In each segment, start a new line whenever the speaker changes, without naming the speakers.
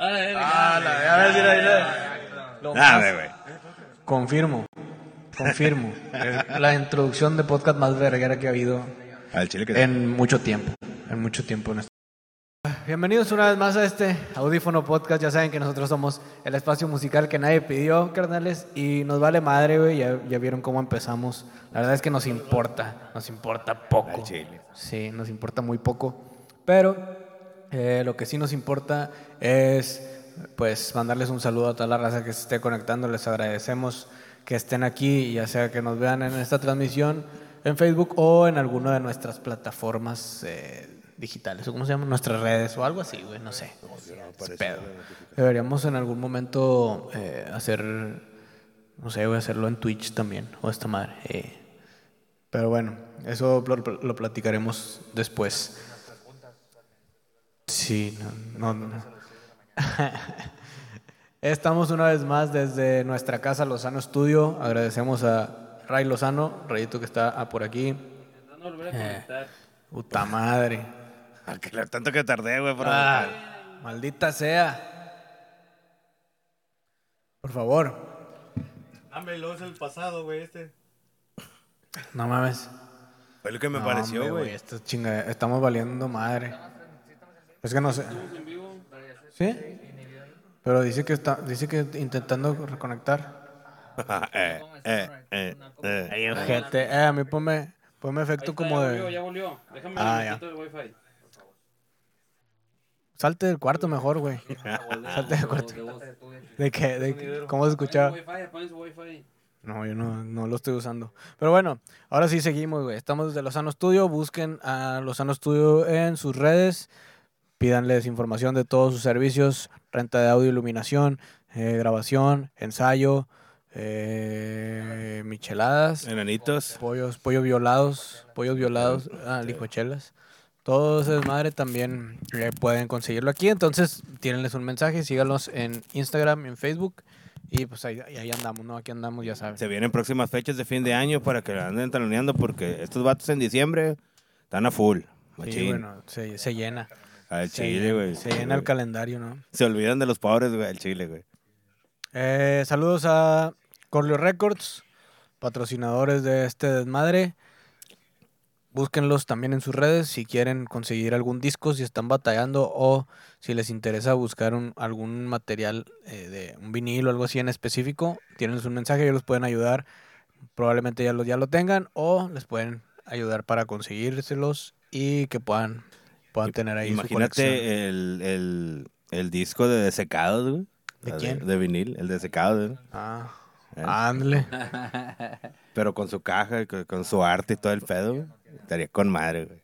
Ah,
Dame,
Lo más-
Ah, güey.
Confirmo. Confirmo. Eh, la introducción de podcast más verguera que ha habido
Al chile que sí.
en mucho tiempo. En mucho tiempo. en este- Bienvenidos una vez más a este Audífono Podcast. Ya saben que nosotros somos el espacio musical que nadie pidió, carnales. Y nos vale madre, güey. Ya, ya vieron cómo empezamos. La verdad es que nos importa. Nos importa poco.
Al chile.
Sí, nos importa muy poco. Pero eh, lo que sí nos importa es pues mandarles un saludo a toda la raza que se esté conectando. Les agradecemos que estén aquí, ya sea que nos vean en esta transmisión en Facebook o en alguna de nuestras plataformas eh, digitales, o cómo se llaman, nuestras redes o algo así, güey, no sé. Es pedo. Deberíamos en algún momento eh, hacer, no sé, voy a hacerlo en Twitch también, o esta madre. eh. Pero bueno, eso lo, lo platicaremos después. Sí, no, no, no. Estamos una vez más desde nuestra casa Lozano Studio. Agradecemos a Ray Lozano, Rayito que está ah, por aquí.
Eh.
Puta madre.
Ah, que la- tanto que tardé, güey. por-
Ah, maldita sea. Por favor.
Hombre, luego es el pasado, güey, este.
No mames.
Fue lo que me
No,
pareció,
hombre,
güey.
Esta chinga, estamos valiendo madre. Es que no sé. ¿Sí? Pero dice que está, dice que intentando reconectar.
Eh, eh, eh, eh.
Ojete. Eh, a mí ponme, ponme efecto como
ya volvió, ya
de.
volvió. Déjame
Ah,
un
ya.
poquito el wifi.
Salte del cuarto mejor, güey. Salte del cuarto.
De voz.
¿De qué? ¿De qué? ¿Cómo se escuchaba?
Wifi, apague su wifi.
No, yo no, no lo estoy usando. Pero bueno, ahora sí seguimos, güey. Estamos desde Lozano Studio. Busquen a Lozano Studio en sus redes. Pídanles información de todos sus servicios: renta de audio, iluminación, eh, grabación, ensayo, eh, micheladas,
Enanitos.
pollos, pollos violados, pollos violados, ah, licochelas. Todo ese desmadre también eh, pueden conseguirlo aquí. Entonces, tírenles un mensaje, síganlos en Instagram, en Facebook. Y pues ahí, ahí andamos, ¿no? Aquí andamos, ya saben.
Se vienen próximas fechas de fin de año para que la anden taloneando porque estos vatos en diciembre están a full.
Sí,
Machín.
bueno, se, se llena.
Al
Se
chile,
llena-
güey.
Se llena el calendario, ¿no?
Se olvidan de los pobres, güey, al chile, güey.
Eh, saludos a Corleo Records, patrocinadores de este desmadre. Búsquenlos también en sus redes si quieren conseguir algún disco, si están batallando o si les interesa buscar un- algún material eh, de un vinilo o algo así en específico. Tienen un mensaje, ellos los pueden ayudar. Probablemente ya lo, ya lo tengan o les pueden ayudar para conseguírselos y que puedan, puedan tener ahí su colección.
Imagínate el, el, el disco de desecados, güey.
¿De
O sea,
quién?
De, vinil, el de secados, güey.
Ah,
Eh.
ándale.
Pero con su caja, con, con su arte y todo el pedo, güey. Estaría con madre, güey.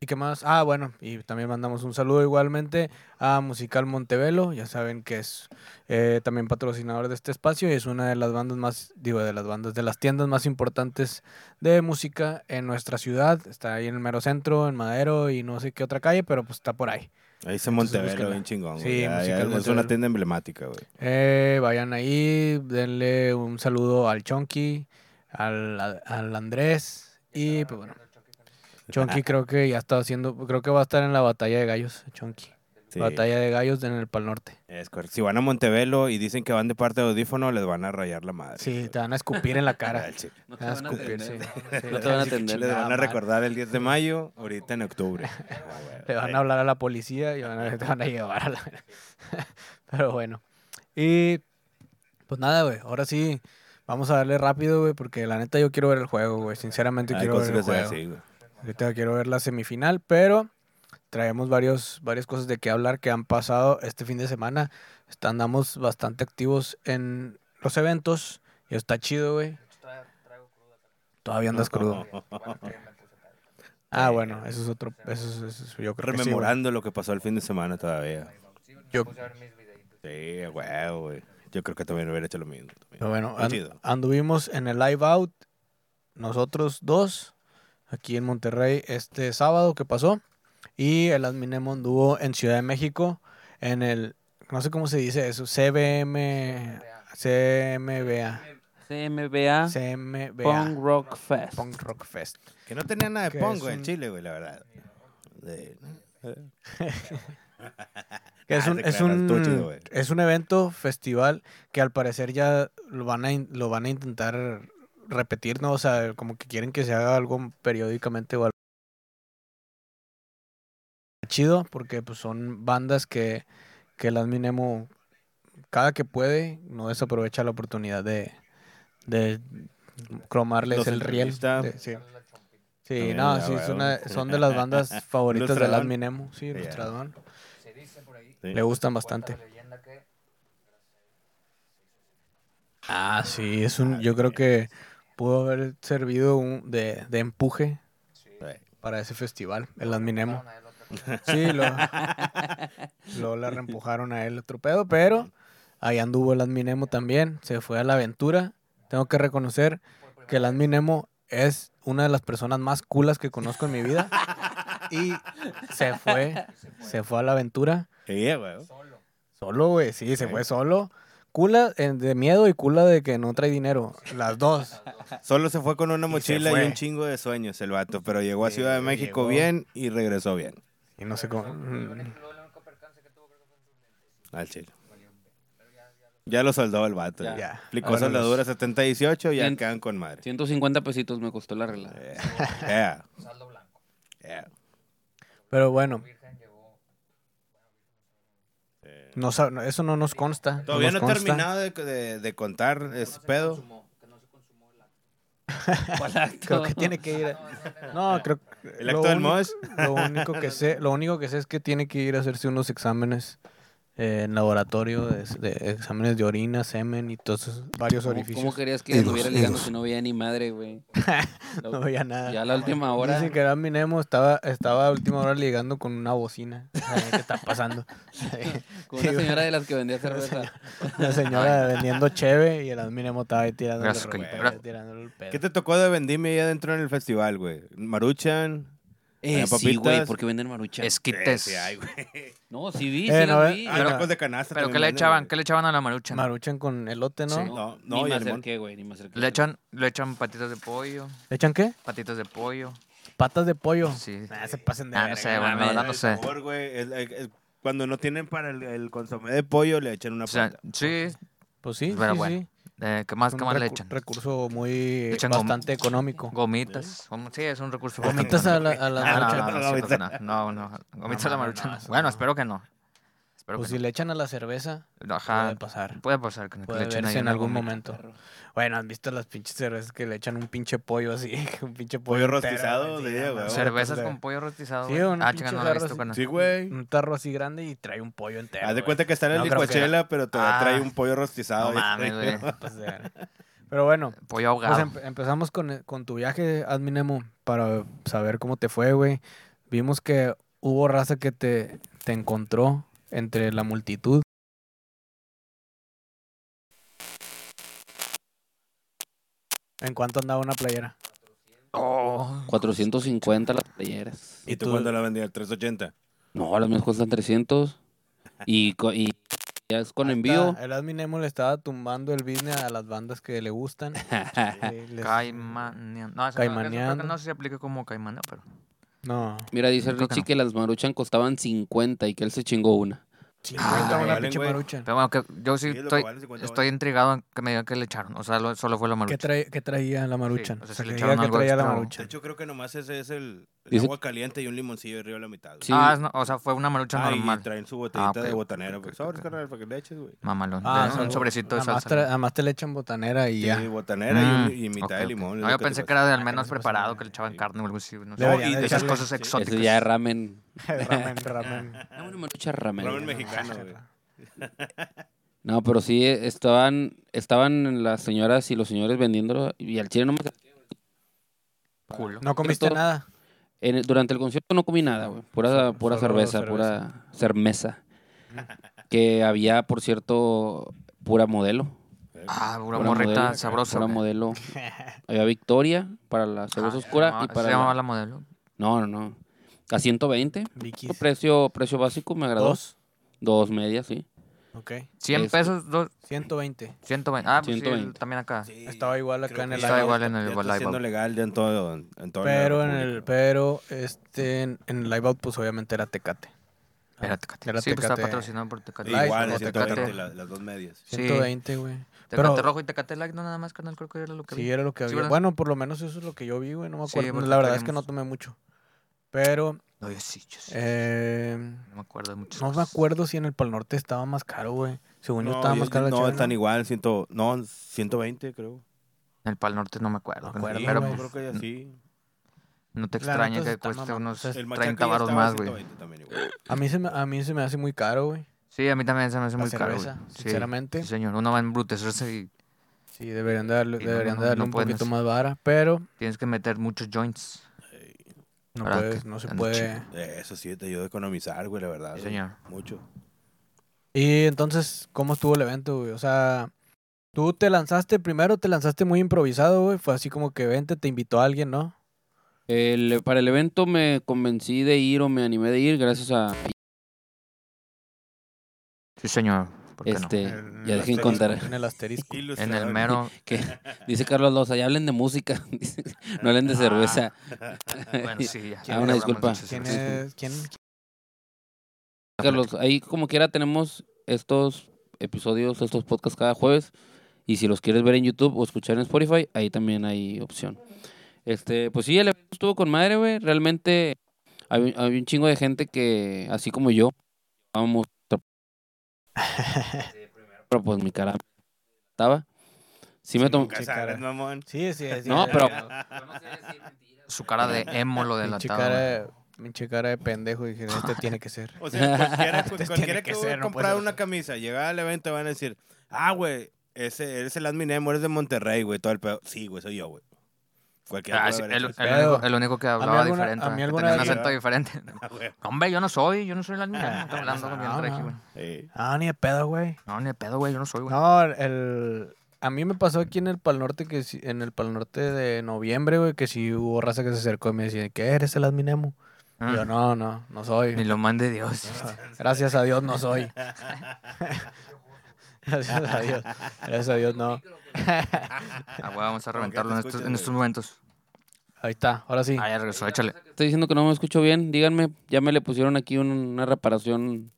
¿Y qué más? Ah, bueno, y también mandamos un saludo igualmente a Musical Montevelo, ya saben que es eh, también patrocinador de este espacio y es una de las bandas más, digo, de las bandas, de las tiendas más importantes de música en nuestra ciudad. Está ahí en el mero centro, en Madero y no sé qué otra calle, pero pues está por ahí.
Ahí se
Entonces,
Montevelo,
búscala.
bien chingón,
Sí,
güey. Ya- ya
musical
es
Montevelo.
una tienda emblemática, güey.
Eh, vayan ahí, denle un saludo al Chonky, al, al Andrés y pues bueno. Chonky creo que ya está haciendo, creo que va a estar en la batalla de gallos, Chonky.
Sí.
Batalla de gallos en el Pal Norte.
Es correcto. Si van a Montevelo y dicen que van de parte de audífono, les van a rayar la madre.
Sí, te van a escupir en la cara.
Al chile.
No
Te van a
van a
escupir, sí.
atender.
Sí,
No te van a
sí,
atender.
Les
chingada
van a
madre.
recordar el 10 de mayo, ahorita en octubre.
Le van a hablar a la policía y van a- te van a llevar a la... Pero bueno. Y pues nada, güey. Ahora sí, vamos a darle rápido, güey, porque la neta yo quiero ver el juego, güey. Sinceramente
Hay
quiero
cosas
ver el
que son
juego.
así, güey.
Ahorita quiero ver la semifinal, pero traemos varios, varias cosas de qué hablar que han pasado este fin de semana. Está- Andamos bastante activos en los eventos y está chido, güey. Todavía andas crudo. Ah, bueno, eso es otro. Eso es, eso es- yo creo que sí, güey.
Rememorando lo que pasó el fin de semana todavía.
Yo-
Sí, güey, güey. Yo creo que también hubiera hecho lo mismo. también.
Pero bueno,
Muy
an-
chido.
anduvimos en el Live Out, nosotros dos, aquí en Monterrey este sábado que pasó. Y el Adminemo anduvo en Ciudad de México, en el, no sé cómo se dice eso, CBM, CMBA,
CMBA Punk
CMBA,
Rock Fest.
Punk Rock Fest.
Que no tenía nada de
Que es
pongo en
un-
Chile, güey, la verdad. De-
Que es,
Ah,
un,
te creas,
es,
estuvo
un-
chido, güey.
es un evento festival que al parecer ya lo van a, in- lo van a intentar repetir, ¿no? O sea, como que quieren que se haga algo periódicamente o algo chido, porque pues son bandas que, que las Minemo, cada que puede, no desaprovecha la oportunidad de, de cromarles
Los
el riel.
entrevista.
de- sí, Sí,
También,
no,
ya,
sí, es
weón.
una- son de las bandas favoritas de las
Ilustradón.
Minemo, sí,
ya.
Ilustradón.
Se dice por ahí,
Sí.
Le gustan
cuenta
bastante.
la leyenda que
Ah, sí, es un, yo creo que pudo haber servido un- de, de empuje para ese festival, el Adminemo.
una del otro.
Sí, lo, lo la reempujaron a él otro pedo, pero ahí anduvo el Adminemo también, se fue a la aventura. Tengo que reconocer que el Adminemo es una de las personas más culas que conozco en mi vida y se fue, se fue a la aventura.
Sí, güey.
Solo, güey, sí, se
Ok.
fue solo. Cula eh, de miedo y cula de que no trae dinero. Las dos.
Solo se fue con una mochila y,
fue.
un chingo de sueños el vato, pero llegó a
Sí,
Ciudad de México
llegó.
bien y regresó bien.
Y no sé cómo.
Luego el único percance que tuvo creo que fue en su
Al chile. Ya lo soldó el vato.
Ya.
Ya.
Aplicó
Vámonos.
soldadura 70-18 ya
Cien-
quedan con madre.
150 pesitos me costó la regla.
Yeah. Yeah.
saldo blanco.
Yeah.
Pero bueno,
Virgen llegó.
no, sab- no, eso no nos consta.
Todavía no
nos
he
consta.
terminado de, de- de contar ese pedo.
¿Cuál acto?
Creo que tiene que ir. No, creo que.
¿El
lo
acto del
único-
Mosh?
Lo único que sé, lo único que sé es que tiene que ir a hacerse unos exámenes eh, en laboratorio, de, de exámenes de orina, semen y todos esos varios
¿Cómo,
orificios.
cómo querías que estuviera ligando si no veía ni madre, güey? Lo-
No veía nada.
Ya la última hora.
Dicen que era Minemo, estaba, estaba a última hora ligando con una bocina. Ay, ¿Qué está pasando?
Con una
Sí,
señora de las que vendía cerveza.
La señora vendiendo cheve y el Minemo estaba ahí tirándole,
Rasca y
el pedo,
perro.
tirándole el pedo.
¿Qué te tocó de vendimia allá adentro en el festival, güey? Maruchan.
Eh,
Eh,
sí, güey,
papitas.
porque venden maruchan.
Eh,
Esquites.
sí, ay, güey.
No, sí vi,
Eh,
sí
no,
las
eh.
vi.
Ah,
Pero-
tacos de canasta.
Pero ¿qué
también
le
venden,
echaban?
güey.
¿Qué le echaban a la marucha?
Maruchan con elote, ¿no?
Sí.
No,
ni
no,
me
y el limón.
acerqué, güey, ni me acerqué.
Le echan, le echan patitas de pollo,
¿Le echan qué?
patitas de pollo.
Patas de pollo.
Sí.
Oh. Nah, se pasen de
Ah, no
verga,
sé, güey,
mames.
la verdad no
El
sé.
sabor, güey, el- el- el- cuando no tienen para el, el consomé de pollo, le echan una
O sea,
planta.
sí.
Pues sí,
Pero
sí,
bueno,
sí.
eh, ¿Qué más,
Un
qué más le
recu-
echan?
recurso muy
echan gom-
bastante económico.
Gomitas. Gom- Sí, es un recurso.
Gomitas a la, a la
Ah,
maruchan.
no, no, no, sí,
Gomita.
creo que no, no, no. Gomitas a la
no,
marucha.
no,
no.
eso
Bueno,
no.
espero que no. Espero
Pues
que
si le echan a la cerveza,
no. Ajá.
puede pasar.
Puede pasar que no que le
Puede
echen
verse
ahí
en
una
algún
gomita.
momento. Bueno, ¿han visto las pinches cervezas que le echan un pinche pollo así? Un pinche pollo,
Pollo
entero,
rostizado,
así,
sí,
ya,
güey.
güey.
Cervezas
Entonces,
con pollo rostizado.
Sí,
güey.
un
ah,
pinche
chica, no lo he
jarro
visto.
así.
que no.
Sí, güey.
Un tarro así grande y trae un pollo entero.
Haz de
güey.
cuenta que está en la
No creo que-
licuachela, Mm, pero todavía
Ah.
trae un pollo rostizado.
No mames, güey.
Pues, eh, Pero bueno,
Pollo
pues
ahogado.
em- empezamos con, con tu viaje, Adminemo, para saber cómo te fue, güey. Vimos que hubo raza que te, te encontró entre la multitud. ¿En cuánto andaba una playera?
Oh.
450 las playeras.
¿Y tú cuándo la vendías? ¿380?
No, las mías cuestan 300. Y, co- y ya es con envío.
Está- El Adminemo le estaba tumbando el business a las bandas que le gustan. Eh, les-
Caimaneando. No, eso no- eso creo que
Caimaneando.
no se aplica como caimaneo, pero.
No.
Mira, dice
Creo que
Richie
no.
que las maruchan costaban 50 y que él se chingó una.
Cincuenta
güey,
una
valen,
pinche
güey.
marucha.
Pero bueno, que yo sí,
Sí, lo que
estoy,
vale, 50
estoy
vale.
intrigado en que me digan que le echaron. O sea, lo- solo fue la
¿Qué,
marucha.
trae- qué traía la marucha?
o sea, si le
que
echaron
diga qué
algo
traía la
extra o-
De
marucha.
hecho, creo que nomás ese es el, el
Dice-
agua caliente y un limoncillo arriba de la mitad. güey.
Sí.
Ah, es no- o sea, fue una marucha
Ah, y
normal.
traen su botellita
ok,
de
ok,
botanera.
ok,
Pues,
ok,
sobres,
ok.
carnal, para que le eches, güey.
Mamalón.
Ah,
de-
o sea,
un sobrecito de
Nada más,
salsa.
tra- nada más te le echan botanera y
Sí,
ya.
botanera y un-
Mm,
y, mitad
ok,
de
ok.
limón. es
No,
lo
yo
que te
pensé que
pasa.
era de al
Ah,
menos
que no se pasa
preparado,
nada.
que le echaban
Sí.
carne o algo así. No sé.
Deberían
y
y
de
de esas
echarle-
cosas
sí.
exóticas.
Eso ya es ramen.
ramen, ramen.
No, una marucha ramen.
Ramen mexicano, güey.
No, pero sí eh, estaban, estaban las señoras y los señores vendiéndolo y al chile no me acerqué, güey.
Culo.
No comiste
Cierto.
nada.
En el- durante el concierto no comí nada, güey. Pura,
Solo-
pura
solo
cerveza, pura cermesa. que había, por cierto, pura modelo.
Ah, una
Pura
morrita
modelo,
sabrosa.
Pura
güey.
modelo. Había Victoria para la
Ah,
cerveza
se
oscura
llamaba-
y para
Se llamaba
la-
la modelo.
No, no, no. A 120.
Vicky.
Precio, precio básico, me agradó. Dos,
Dos.
medias, sí.
Ok.
100
Este-
pesos, dos-
120.
120. Ah, pues sí,
120.
también acá.
Sí,
Estaba igual acá
creo
en
que
el
ya
Estaba
está-
igual en el
ya está
Live
siendo
Out.
legal ya en todo. En todo
Pero en el, pero este, en, en el live out, pues obviamente era tecate.
Era Tecate.
Era
sí, pues está
Tecate.
patrocinado por Tecate.
Light,
Igual,
o
es
Tecate.
120, la- las dos medias.
Sí.
120, güey.
Tecate
Pero-
rojo y Tecate Light, no nada más, carnal, creo que era lo que
Sí,
vi.
era lo que
Sí,
había.
¿verdad?
bueno, por lo menos eso es lo que yo vi, güey. No me
Sí, pues,
acuerdo.
porque
la verdad es que no
traíamos-
tomé mucho. Pero,
No, yo sí, yo sí.
eh,
No me acuerdo de muchos.
no me acuerdo si en el Pal Norte estaba más caro, güey. Según yo
No,
estaba
yo-
más caro la
no,
cheve,
están igual, ciento, no, 120 creo.
En el Pal Norte no me acuerdo.
No me acuerdo,
Sí,
pero
güey.
yo
pues,
creo que ya sí.
no
La
te
neta
extraña
se
que
está
cueste
mamando.
unos
O sea,
El
30
Machaca ya
baros
estaba
más, güey.
120 también igual.
A mí, se me, a mí se me hace muy caro, güey.
Sí, a mí también se me hace
La
muy caro. güey.
cerveza,
Sí,
sinceramente.
sí, señor. Uno va a embrutecerse y
Sí, deberían darle,
Sí, no,
deberían
no, no
darle un
pueden
poquito
hacer-
más vara, pero
tienes que meter muchos joints.
no,
Ahora
puedes,
que
no se
ande
puede.
chido.
Eh, Eso sí, te ayuda a economizar, güey, la verdad.
Sí,
güey.
señor.
Mucho.
Y entonces, ¿cómo estuvo el evento, güey? O sea, tú te lanzaste, primero te lanzaste muy improvisado, güey. Fue así como que vente, te invitó a alguien, ¿no?
El- para el evento me convencí de ir o me animé de ir gracias a...
Sí, señor. ¿Por qué
Este,
El-
ya
el
dejen
asterisco.
contar.
En el asterisco.
no? En el mero.
Que, dice Carlos Loza, ya hablen de música, dice, no hablen de cerveza.
Bueno, sí, ya.
Ah,
ya
una
hablamos
disculpa.
mucho de
¿Quién
cerveza.
es? ¿Quién?
Carlos, ahí como quiera tenemos estos episodios, estos podcasts cada jueves. Y si los quieres ver en YouTube o escuchar en Spotify, ahí también hay opción. Este, pues sí, el evento estuvo con madre, güey. Realmente había, había un chingo de gente que, así como yo, vamos pero pues mi cara estaba. Sí me tomó.
Sí, cara.
mamón.
Sí, sí, sí.
No, pero-
Su cara de emo lo
Pinche
delataba. güey.
cara, pinche cara de pendejo. Dije, este tiene que ser.
O sea, cualquiera, cu-
Tiene
cualquiera
que
que,
ser,
vaya a
no
comprar
puede ser.
una camisa, llegada al evento, van a decir, ah, güey, ese, eres el admin emo, eres de Monterrey, güey, todo el pedo. Sí, güey, soy yo, güey. Cualquiera
Ah,
puede
sí,
haber
el,
hecho
el
pedo.
único, el único que hablaba
alguna-
diferente.
a mí
que
alguna
tenía un
vez-
acento diferente.
eso, güey.
Hombre, yo no soy, yo no soy la niña. Estoy hablando con
Ah, No,
bien regi,
no.
güey.
Sí.
Ah, ni de pedo, güey.
No, ni de pedo, güey, yo no soy, güey.
No, el... A mí me pasó aquí en el Pal Norte, que sí- en el Pal Norte de noviembre, güey, que sí hubo raza que se acercó y me decía, ¿qué eres el adminemo?
Ah,
Y Yo, no, no, no soy.
Ni lo mande Dios.
Gracias a Dios no soy. Gracias a Dios. Gracias a Dios no.
Ah, güey, vamos a
Para que
reventarlo
te
en estos,
escuches,
en
güey.
estos momentos.
Ahí está, ahora sí.
Ah, ya regresó, échale.
Estoy diciendo que no me escucho bien. Díganme, ya me le pusieron aquí un- una reparación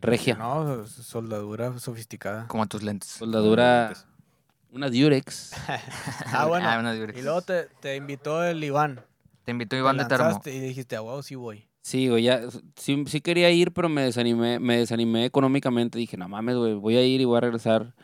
regia.
No, soldadura sofisticada.
Como a tus lentes.
Pues, Soldadura. Una Durex.
Ah, bueno.
una Durex.
Y luego te, te invitó el Iván.
Te invitó
Te
Iván de Termo.
lanzaste Y dijiste, a huevo, sí voy.
Sí, güey, ya. Sí, sí quería ir, pero me desanimé, me desanimé económicamente. Dije, no mames, güey, voy a ir y voy a regresar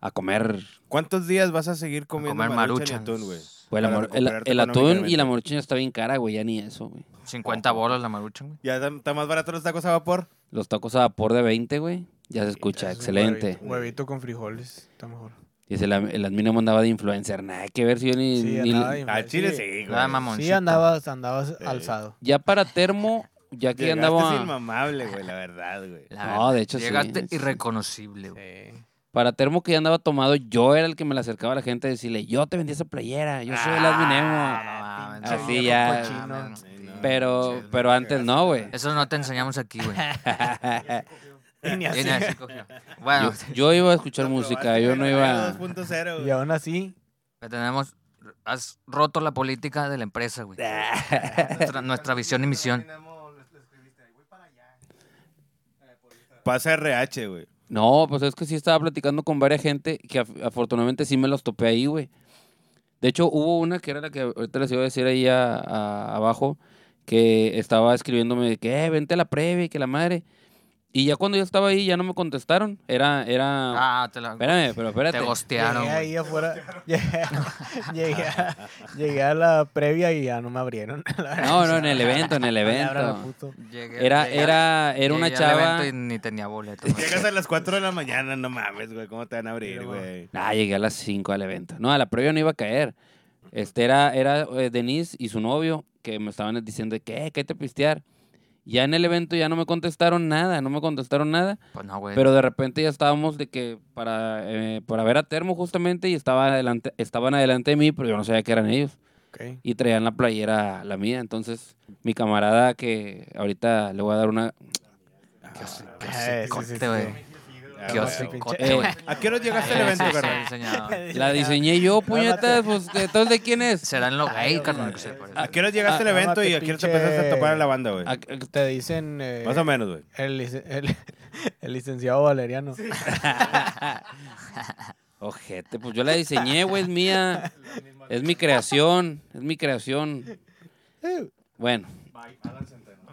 a comer.
¿Cuántos días vas a seguir comiendo
comer
maruchan y
maruchans.
atún, güey?
Güey, la
Para
mor- el,
recuperarte
el atún y
económicamente.
la morchina está bien cara, güey, ya ni eso, güey.
50 bolas la marucha, güey.
¿Ya están están más baratos los tacos a vapor?
Los tacos a vapor de 20, güey. Ya se escucha,
Es un
excelente.
Huevito, huevito con frijoles, está mejor.
Dice, el, el adminemo andaba de influencer. Nada que ver si yo ni...
Sí,
ni-
andaba bien,
Al chile sí, güey.
Nada, mamoncito.
Sí, andabas, andabas alzado.
Ya para termo, ya que
Llegaste
andaba...
inmamable, güey, la verdad, güey.
La
No,
verdad,
de hecho sí,
Llegaste
sí.
irreconocible, güey.
Sí.
Para termo que ya andaba tomado, yo era el que me le acercaba a la gente a decirle, yo te vendí esa playera, yo soy el adminemo.
Ah, no mames,
Así
viejo
ya.
cochino.
Sí, no.
Pero,
pinche,
pero antes no, güey.
Eso no te enseñamos aquí, güey.
Y ni así.
Viene así cogido. Bueno,
Yo, yo iba a escuchar
Lo
música,
probaste,
yo
güey,
no
la
iba...
verdad, 2.0, güey.
Y aún así,
ya tenemos. Has roto la política de la empresa, güey. nuestra, nuestra visión y misión.
Pasa RH, güey.
No, pues es que sí estaba platicando con varias gente que af- afortunadamente sí me los topé ahí, güey. De hecho, hubo una que era la que ahorita les iba a decir ahí a- a- abajo, que estaba escribiéndome de que, "Eh, vente a la previa y que la madre. Y ya cuando yo estaba ahí ya no me contestaron. Era, era...
Ah, te la.
espérame, pero
te
espérate.
gostearon,
llegué
güey.
ahí afuera. Llegué, llegué a, llegué a la previa y ya no me abrieron.
No, no, en el evento, en el
Palabra de
evento.
puto.
Llegué-
Era,
llegué-
era, era una
llegué al
chava...
evento y ni tenía boleto.
Llegas a las 4 de la mañana, no mames, güey. ¿Cómo te van a abrir,
Sí,
güey?
Ah, llegué a las 5 al evento. No, a la previa no iba a caer. Este era, era eh, Denise y su novio que me estaban diciendo de que, ¿qué te pistear? Ya en el evento ya no me contestaron nada, no me contestaron nada.
Pues no, güey.
Pero de repente ya estábamos de que para, eh, para ver a Termo justamente y estaba adelante, estaban adelante de mí, pero yo no sabía que eran ellos.
Ok.
Y traían la playera, la mía. Entonces, mi camarada que ahorita le voy a dar una...
Qué hocico,
Ah, sí, sí,
hocicote,
sí.
güey.
Ah,
Qué
bueno.
hocicote,
Eh,
güey.
¿A qué hora llegaste al
Sí,
evento,
sí,
carnal?
sí, señor.
La diseñé yo, puñetas. Pues, ¿entonces de quién es?
Serán los gay, carnal, que se parece.
Ah,
¿A qué hora llegaste al evento y a qué hora te empezaste a topar a la banda, güey?
¿A- a-
Te dicen. eh,
Más o menos, güey.
El, lic- el- el licenciado Valeriano.
Ojete, pues yo la diseñé, güey, es mía. Es mi creación, es mi creación. Bueno,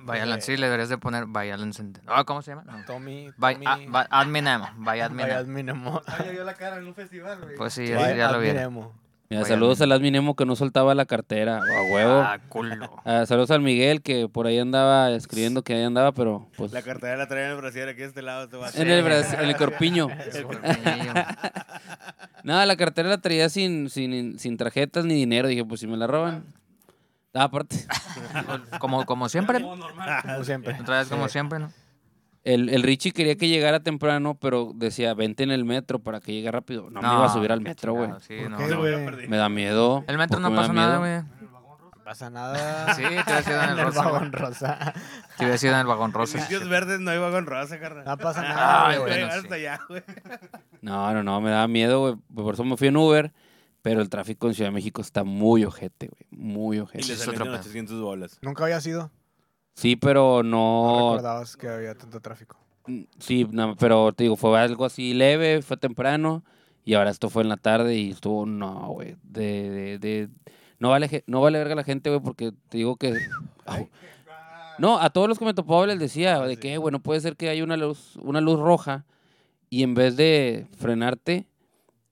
Vaya
eh.
Lan- sí, le deberías de poner Vaya Lan Centeno. Ah, ¿Cómo se llama? No.
Tommy.
By,
Tommy-
ah, by Adminemo, by Adminemo.
Vaya Adminemo.
Ay, ya vio la cara en un festival, güey.
Pues sí,
Vaya
ya lo vi.
Adminemo.
mira,
Oigan.
saludos al Adminemo que no soltaba la cartera, a huevo.
Ah, culo.
Ah, saludos al Miguel que por ahí andaba escribiendo que ahí andaba, pero pues
La cartera la traía en el brasier aquí de este lado. Este vato.
en el, bra- en el corpiño.
Ese colmillo.
Nada, la cartera la traía sin, sin, sin tarjetas ni dinero. Dije, pues si me la roban. Ah, aparte,
Como, como siempre.
Como normal.
Como siempre.
Otra vez como siempre, ¿no?
el, el Richie quería que llegara temprano, pero decía, vente en el metro para que llegue rápido. No, me iba a subir al metro, güey.
chingado, sí, no,
qué,
no.
güey?
Me da miedo.
El metro
porque
no
me da
pasa
miedo.
nada, güey.
No pasa nada.
Sí, te hubieras ido en el rosa,
vagón rosa.
Te hubiera sido en el vagón
En
rosa.
Indios verdes no iba con rosa, carnal.
No pasa nada.
Ay,
güey.
bueno,
hasta
sí.
allá, güey.
No, no, no, me daba miedo, güey. Por eso me fui en Uber. Pero el tráfico en Ciudad de México está muy ojete, güey. Muy
Y
ojete.
le
es
salieron
otro pedo.
800 bolas.
Nunca había sido.
Sí, pero
No
no.
recordabas que había tanto tráfico.
Mm, Sí, no, pero te digo, fue algo así leve, fue temprano. Y ahora esto fue en la tarde y estuvo, no, güey. De, de, de- no, vale, ge- no vale verga la gente, güey, porque te digo que. Au. No, a todos los que me topaba les decía de que, bueno, puede ser que hay una luz, una luz roja y en vez de frenarte,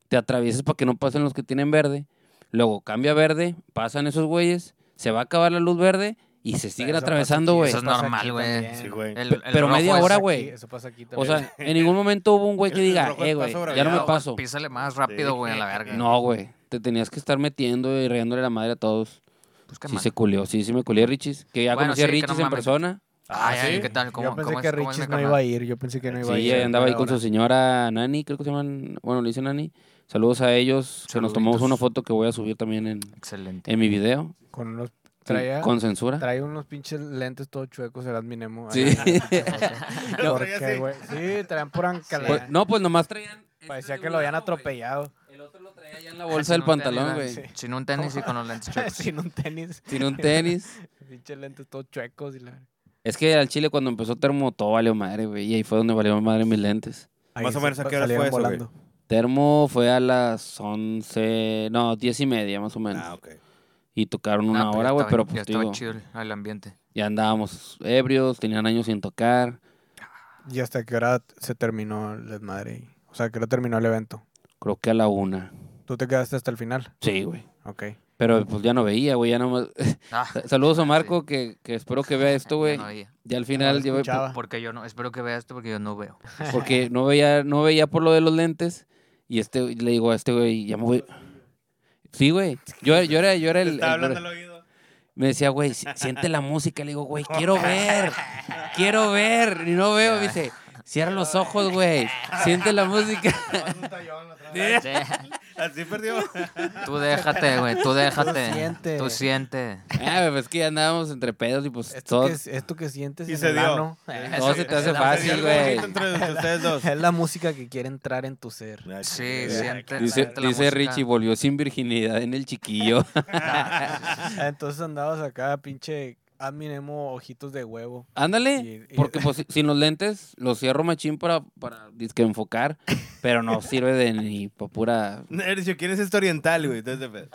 te atravieses para que no pasen los que tienen verde. Luego cambia a verde, pasan esos güeyes, se va a acabar la luz verde y se siguen
Eso pasa
atravesando,
aquí,
güey.
Eso es
pasa aquí
normal, güey. Pues,
también.
Sí, güey.
El- el
Pero
rojo
media
es-
hora,
Aquí,
güey.
Eso pasa aquí
O
también.
sea, en ningún momento hubo un güey que
El
diga,
rojo
eh,
es
güey,
paso
ya no me
abreviado,
paso.
Písale más rápido, güey, a la verga.
No, güey. Te tenías que estar metiendo y riéndole la madre a todos.
Pues qué
sí
mal.
se culió, sí, sí me culié a Richis. Que ya
Bueno,
conocí a
sí, que
Richis
no
en
mames.
persona.
Ay, ay,
¿sí?
¿qué tal? ¿Cómo,
yo pensé
cómo
que
es, cómo es mi
Richis no
carnal?
iba a ir. Yo pensé que no iba a
Sí,
ir.
andaba ahí
pero
con su
ahora-
señora Nani, creo que se llaman, bueno, le dicen Nani. Saludos a ellos, que nos tomamos
Saluditos.
una foto que voy a subir también en,
Excelente.
en mi video.
Con unos.
sí,
Traía,
Con censura.
traía unos pinches lentes todos chuecos, el adminemo. No,
Sí.
No,
¿Por
traía
qué,
así.
güey? Sí, traían pura ancala.
Pues- no, pues nomás traían. este
Parecía
de
que
un
lo habían
lado, güey.
atropellado.
El otro lo traía ya en la bolsa
Sin
del
un
pantalón, güey.
tenis, Sin un tenis y con los lentes chuecos.
Sin un tenis.
Sin un tenis.
Pinches lentes todos chuecos. Y la...
Es que al Chile cuando empezó Termo todo valió madre, güey. Y ahí fue donde valió madre mis lentes.
Ahí
Más o
se-
menos, ¿a qué hora
salieron
fue eso, güey?
volando.
Termo fue a las 11, no, 10 y media más o menos.
Ah, ok.
Y tocaron una
No,
hora,
Ah, ya
güey,
estaba-
pero
Ya
pues
estaba
digo,
chido el- el ambiente.
ya andábamos ebrios, tenían años sin tocar,
¿Y hasta qué hora se terminó el desmadre? O sea, ¿a qué hora terminó el evento?
creo que a la una.
¿Tú te quedaste hasta el final?
Sí, güey.
Ok.
Pero pues ya no veía, güey, ya nomás...
Ah,
Saludos a
sí.
Marco, que, que espero que vea esto,
Ya
güey.
no había.
Ya
Ya
al
no
final,
lo
yo-
escuchaba.
Porque yo no, espero que veas esto porque yo no veo.
porque no veía, no veía por lo de los lentes. Y este, güey- le digo a este güey, ya me voy. Sí, güey. Yo, yo era, yo era el...
Estaba
el-
hablando al oído.
Me decía, güey, si- siente la música. Le digo, güey, quiero ver, quiero ver. Y no veo, me dice, cierra los ojos, güey, siente la música.
Más un tallón atrás.
Así perdió.
Tú déjate, güey, tú déjate.
siente.
Tú siente.
Ah, güey, pues que ya andábamos entre pedos y pues
Esto,
todo.
que, esto que sientes
Y
en
se
el
dio.
ano, eh,
Todo se te hace
la-
fácil, güey.
Entre ustedes dos.
es la música que quiere entrar en tu ser.
Sí, siente.
Dice,
siente la
dice
música.
Richie, volvió sin virginidad en el chiquillo.
Ah, Entonces andabas acá, pinche adminemo ojitos de huevo.
Ándale,
Y- y-
porque pues, sin los lentes los cierro machín para, para dizque enfocar, pero no sirve de ni pa' pura...
Nercio, ¿quién es este oriental, güey? Entonces, pues,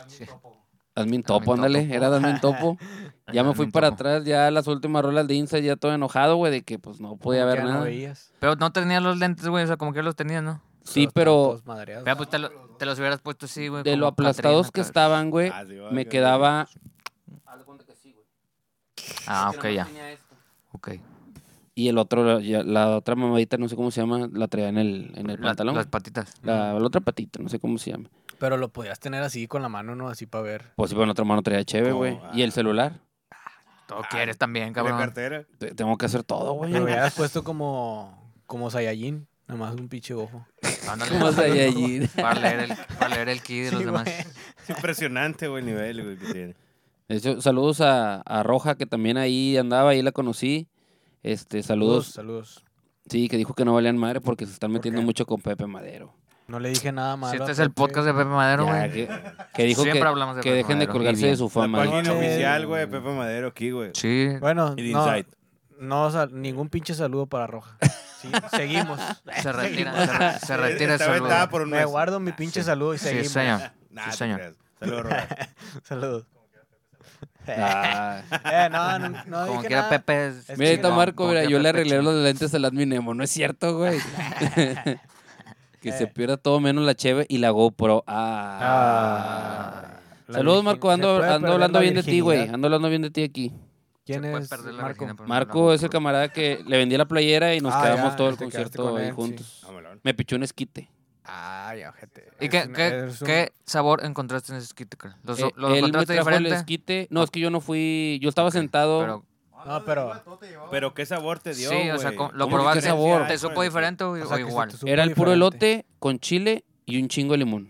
Admin topo,
Admin
ándale,
topo.
era Admin topo. Ya me fui
Admin
para
topo.
atrás, ya las últimas rolas de Insta, ya todo enojado, güey, de que pues no podía
Como que ya
ver
no
nada.
veías.
Pero no tenía los lentes, güey, o sea, como que los tenía, ¿no?
Sí,
Todos-
pero
todos madreados.
Pero pues te, lo- te los hubieras puesto así, güey.
de
como
lo aplastados
Catrina,
que
cabrón.
estaban, güey,
Ah, sí, va,
me
que-
quedaba...
Ah, ok, ya. Ok.
Y el otro, ya- la otra mamadita, no sé cómo se llama, la traía en el, en el
La-
pantalón.
las
La,
patitas.
la otra patita, no sé cómo se llama.
Pero lo podías tener así con la mano, ¿no? Así para ver.
Pues sí, pero en otra mano traía chévere,
¿Cómo? Ah.
güey. Y el celular.
Todo quieres también,
la
cabrón.
cartera.
Te- Tengo que hacer todo, güey.
Lo hubieras puesto como, como Saiyajin, nada más un pinche ojo.
Ándale.
¿Cómo se halla allí?
Para leer el, para leer el ki de los demás.
Es impresionante, güey, el nivel, güey, que tiene.
De hecho, saludos a, a Roja, que también ahí andaba, ahí la conocí. Este, saludos
Saludos.
Sí, que dijo que no valían madre porque se están metiendo mucho con Pepe Madero.
No le dije nada malo.
Si este
a
es el
Pepe.
podcast de Pepe Madero,
Ya,
güey.
que, que dijo
Siempre
que,
hablamos de
que
Pepe
dejen
Madero,
de colgarse
bien.
de su
La
fama.
página
Madero.
oficial, güey, de Pepe Madero aquí, güey.
Sí.
Bueno,
Y de
no,
Inside.
no, sal- ningún pinche saludo para Roja. Sí, seguimos.
Se retira, se, re- se retira el
Está
saludo.
vetada por un
Me
mes.
guardo mi pinche saludo y
Ah, Sí,
seguimos.
señor.
Nah,
Sí,
te
señor.
creas. Saludos, Roberto.
Saludos.
Ah.
Eh, no, no, no
Como
dije
quiera
nada.
Pepe es...
Es
Mira, ahí
que
está
no,
Marco,
como
mira,
quiera
yo le
Pepe
arreglé
chingón.
los lentes al adminemo, no es cierto, güey.
Eh.
que se pierda todo menos la Cheve y la GoPro. Ah.
Ah. La
Saludos,
virgin-
Marco,
se
ando,
puede
ando
perder
hablando
la
bien de ti, güey.
virginidad.
Ando hablando bien de ti aquí.
¿Quién
Se puede
es
perder la
Marco?
virginidad por un
Marco
clavo,
es el
por-
camarada que le vendí la playera y nos
Ah,
quedamos
ya,
todo el
te quedaste
concierto
con
ahí
él, sí.
juntos.
Vámonos.
Me pichó un esquite.
Ah, ya, ojete.
¿Y
Es
qué,
un-
qué-
es un-
qué sabor encontraste en ese esquite? carnal? ¿Lo, so-
Eh,
lo
él me
encontraste
trajo el
diferente?
esquite. No, es que yo no fui. Yo estaba sentado.
Pero,
No, pero.
Pero qué sabor te dio,
sí, o sea,
güey?
¿cómo- ¿lo
¿Cómo que
probaste?
qué sabor?
¿Te supo
Pues,
diferente o,
o sea,
o
que se te
igual?
supo
Era el puro
diferente.
elote con chile y un chingo de limón.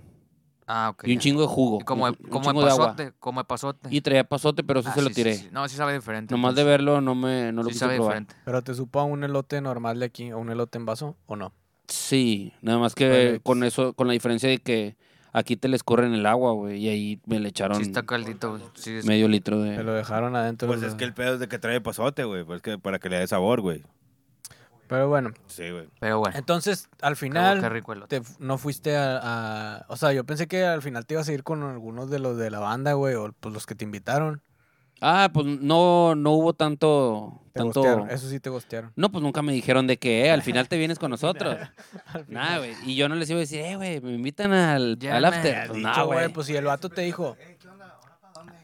Ah, ok.
Y un
ya.
chingo de jugo.
Y como,
un,
de-
un
como
chingo
de
de agua.
pasote, como de pasote.
Y traía pasote, pero sí
Ah,
se lo
sí,
tiré.
sí. No, sí sabe diferente.
Nomás de
entonces.
verlo no me no lo
Sí
quise
sabe
probar.
diferente.
Pero te supo a un elote normal de aquí, a un elote en vaso, ¿o no?
Sí, nada más que
Vale.
con eso, con la diferencia de que aquí te les corren el agua, güey, y ahí me le echaron
Sí está caldito. güey. Sí, es-
medio litro
Te
de.
lo dejaron adentro.
Pues
del-
es que el pedo es de que trae pasote, güey. Pues que para que le dé sabor, güey.
Pero bueno.
Sí, güey.
Pero bueno,
Entonces, al
qué
final,
rico el otro.
te f- no fuiste a, a- O sea, yo pensé que al final te ibas a ir con algunos de los de la banda, güey, o pues los que te invitaron.
Ah, pues no, no hubo tanto,
Te
tanto.
gostearon, Eso sí te gostearon.
No, pues nunca me dijeron de que, eh, al final te vienes con nosotros. Nada, güey. Y yo no les iba a decir, eh, güey, me invitan al,
Ya
al
me
after.
has
Pues
Dicho,
nah, güey.
güey, pues si el vato te dijo.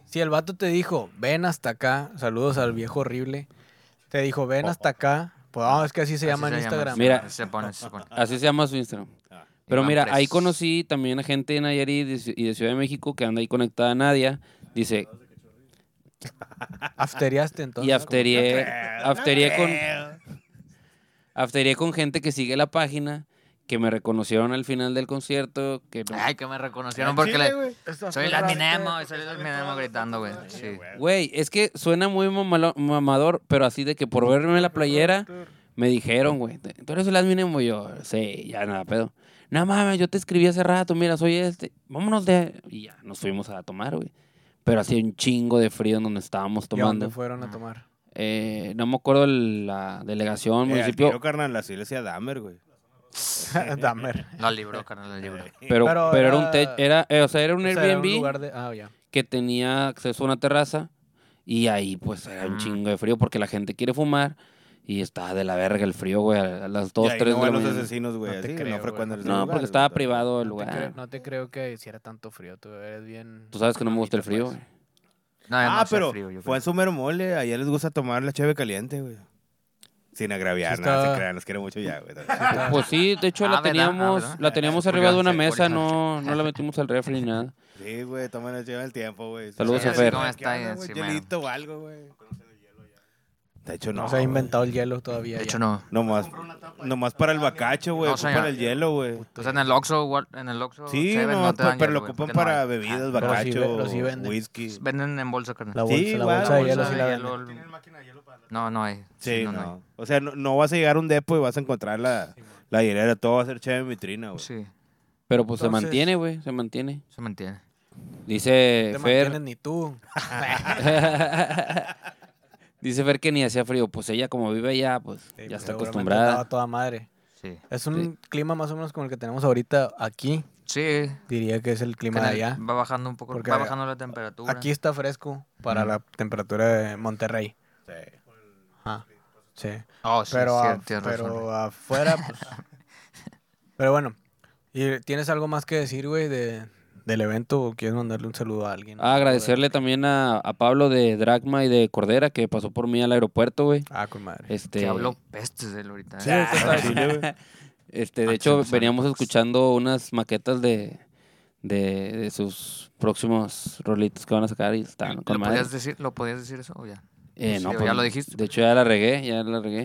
Si el vato te dijo, ven hasta acá, saludos al viejo horrible. Te dijo, ven hasta acá. Pues ah, es que así se llama en Instagram.
Mira.
Se pone, se pone.
Así se llama su Instagram. Pero
Iván
mira, ahí
Precios.
conocí también a gente de Nayarit y de Ci- y de Ciudad de México que anda ahí conectada a Nadia. Dice,
Afteriaste entonces.
Y afterié, afterié con, afterié con gente que sigue la página, que me reconocieron al final del concierto, que me-
Ay, que me reconocieron porque le... Soy el adminemo, soy el adminemo gritando, güey. Sí.
güey, es que suena muy mamalo- mamador, pero así de que por verme la playera me dijeron, güey, tú eres el adminemo y yo, sí, ya nada, pedo. No mames, yo te escribí hace rato, mira, soy este, vámonos de y ya nos fuimos a tomar, güey. Pero hacía un chingo de frío en donde estábamos
¿Y a dónde
tomando.
fueron a tomar?
Eh, no me acuerdo la delegación,
Eh, al
municipio,
tiro, carnal, así le decía Dahmer, güey.
Dahmer.
La libró, carnal, la libró.
pero,
Pero
pero, era un te-
era-
era, eh, o sea, era un
O sea, era
Airbnb
lugar de- ah, ya.
que tenía acceso a una terraza y ahí pues era un
Mm.
chingo de frío porque la gente quiere fumar y está de la verga el frío, güey, a a
Y
las 2,
ahí no
3 de
van
la
los
mañana.
asesinos, güey.
No te
así,
creo,
no
güey.
frecuendan esos
No,
lugares,
porque
güey,
estaba
todo.
privado el
No te, creo,
lugar.
no te creo que hiciera tanto frío, tú eres bien...
Tú sabes que no me gusta el frío,
Pues,
güey.
No, ya no
Ah,
hace
pero
frío, yo
fue
creo.
en su mero mole. Allá les gusta tomar la cheve caliente, güey. Sin agraviar,
Sí
nada,
está-
se crean, los quiero mucho ya, güey.
Pues sí, de hecho
Ah,
la
¿verdad? Ah,
teníamos,
¿verdad?
la teníamos
Porque
arriba de
iban
una
a ser
mesa,
bolitas.
no, no la metimos al refri ni nada.
Sí, güey, toman la cheve al tiempo, güey.
Saludos
Sí,
a Fer.
¿qué
¿Cómo está?
onda, güey?
Sí, mero.
Hielito o algo, güey. De hecho, no.
No se ha
güey.
inventado el hielo todavía. ya.
De hecho, no.
Nomás, nomás para el bacacho, güey.
No,
ocupan
señor.
el hielo, güey.
O sea, en el Oxxo, igual- en el Oxxo,
Sí,
Seven,
no,
no te dan
pero lo
hielo, güey,
ocupan
porque no
para
hay.
bebidas,
Ah, Pero sí ve-
bacacho,
pero sí venden.
whisky.
Venden en bolsa, carnal.
La bolsa,
Sí,
la
igual,
bolsa de
bolsa
hielo sí la
de
venden.
hielo,
Tienen máquina de hielo para la-
No, no hay.
Sí, no.
hay.
O sea, no, no vas a llegar a un depo y vas a encontrar la, la hielera. Todo va a ser cheve en vitrina, güey.
Sí,
Pero pues
Entonces-
se mantiene, güey, se mantiene.
se me entiende.
No
Dice
te
Fer,
mantienes ni tú.
dice Fer que ni hacía frío, pues ella como vive allá, pues
Sí,
ya
pues,
está
seguramente
acostumbrada.
estaba toda madre.
Sí.
Es un clima más o menos como el que tenemos ahorita aquí.
Sí.
Diría que es el clima de
Tiene-
allá.
Va bajando un poco,
Porque
va bajando la temperatura.
Aquí está fresco para
Mm.
la temperatura de Monterrey.
Sí.
Ajá. Sí.
Oh, sí,
Pero,
sí,
a-
tienes
pero
razón.
afuera, pues. pero bueno. ¿Y ¿Tienes algo más que decir, güey, de, del evento? ¿O quieres mandarle un saludo a alguien?
Ah, agradecerle también a, a Pablo de Dragma y de Cordera que pasó por mí al aeropuerto, güey.
Ah, con madre.
Este,
Que habló pestes de él ahorita.
Sí,
¿eh?
eso está bien.
Este,
Ah,
de hecho,
sí, sí.
veníamos escuchando unas maquetas de, de, de sus próximos rolitos que van a sacar y están
¿Lo
con madre.
podías, decir, ¿Lo podías decir eso o ya?
Eh, no,
sí,
pues,
ya lo dijiste.
De hecho, ya la regué, ya la regué.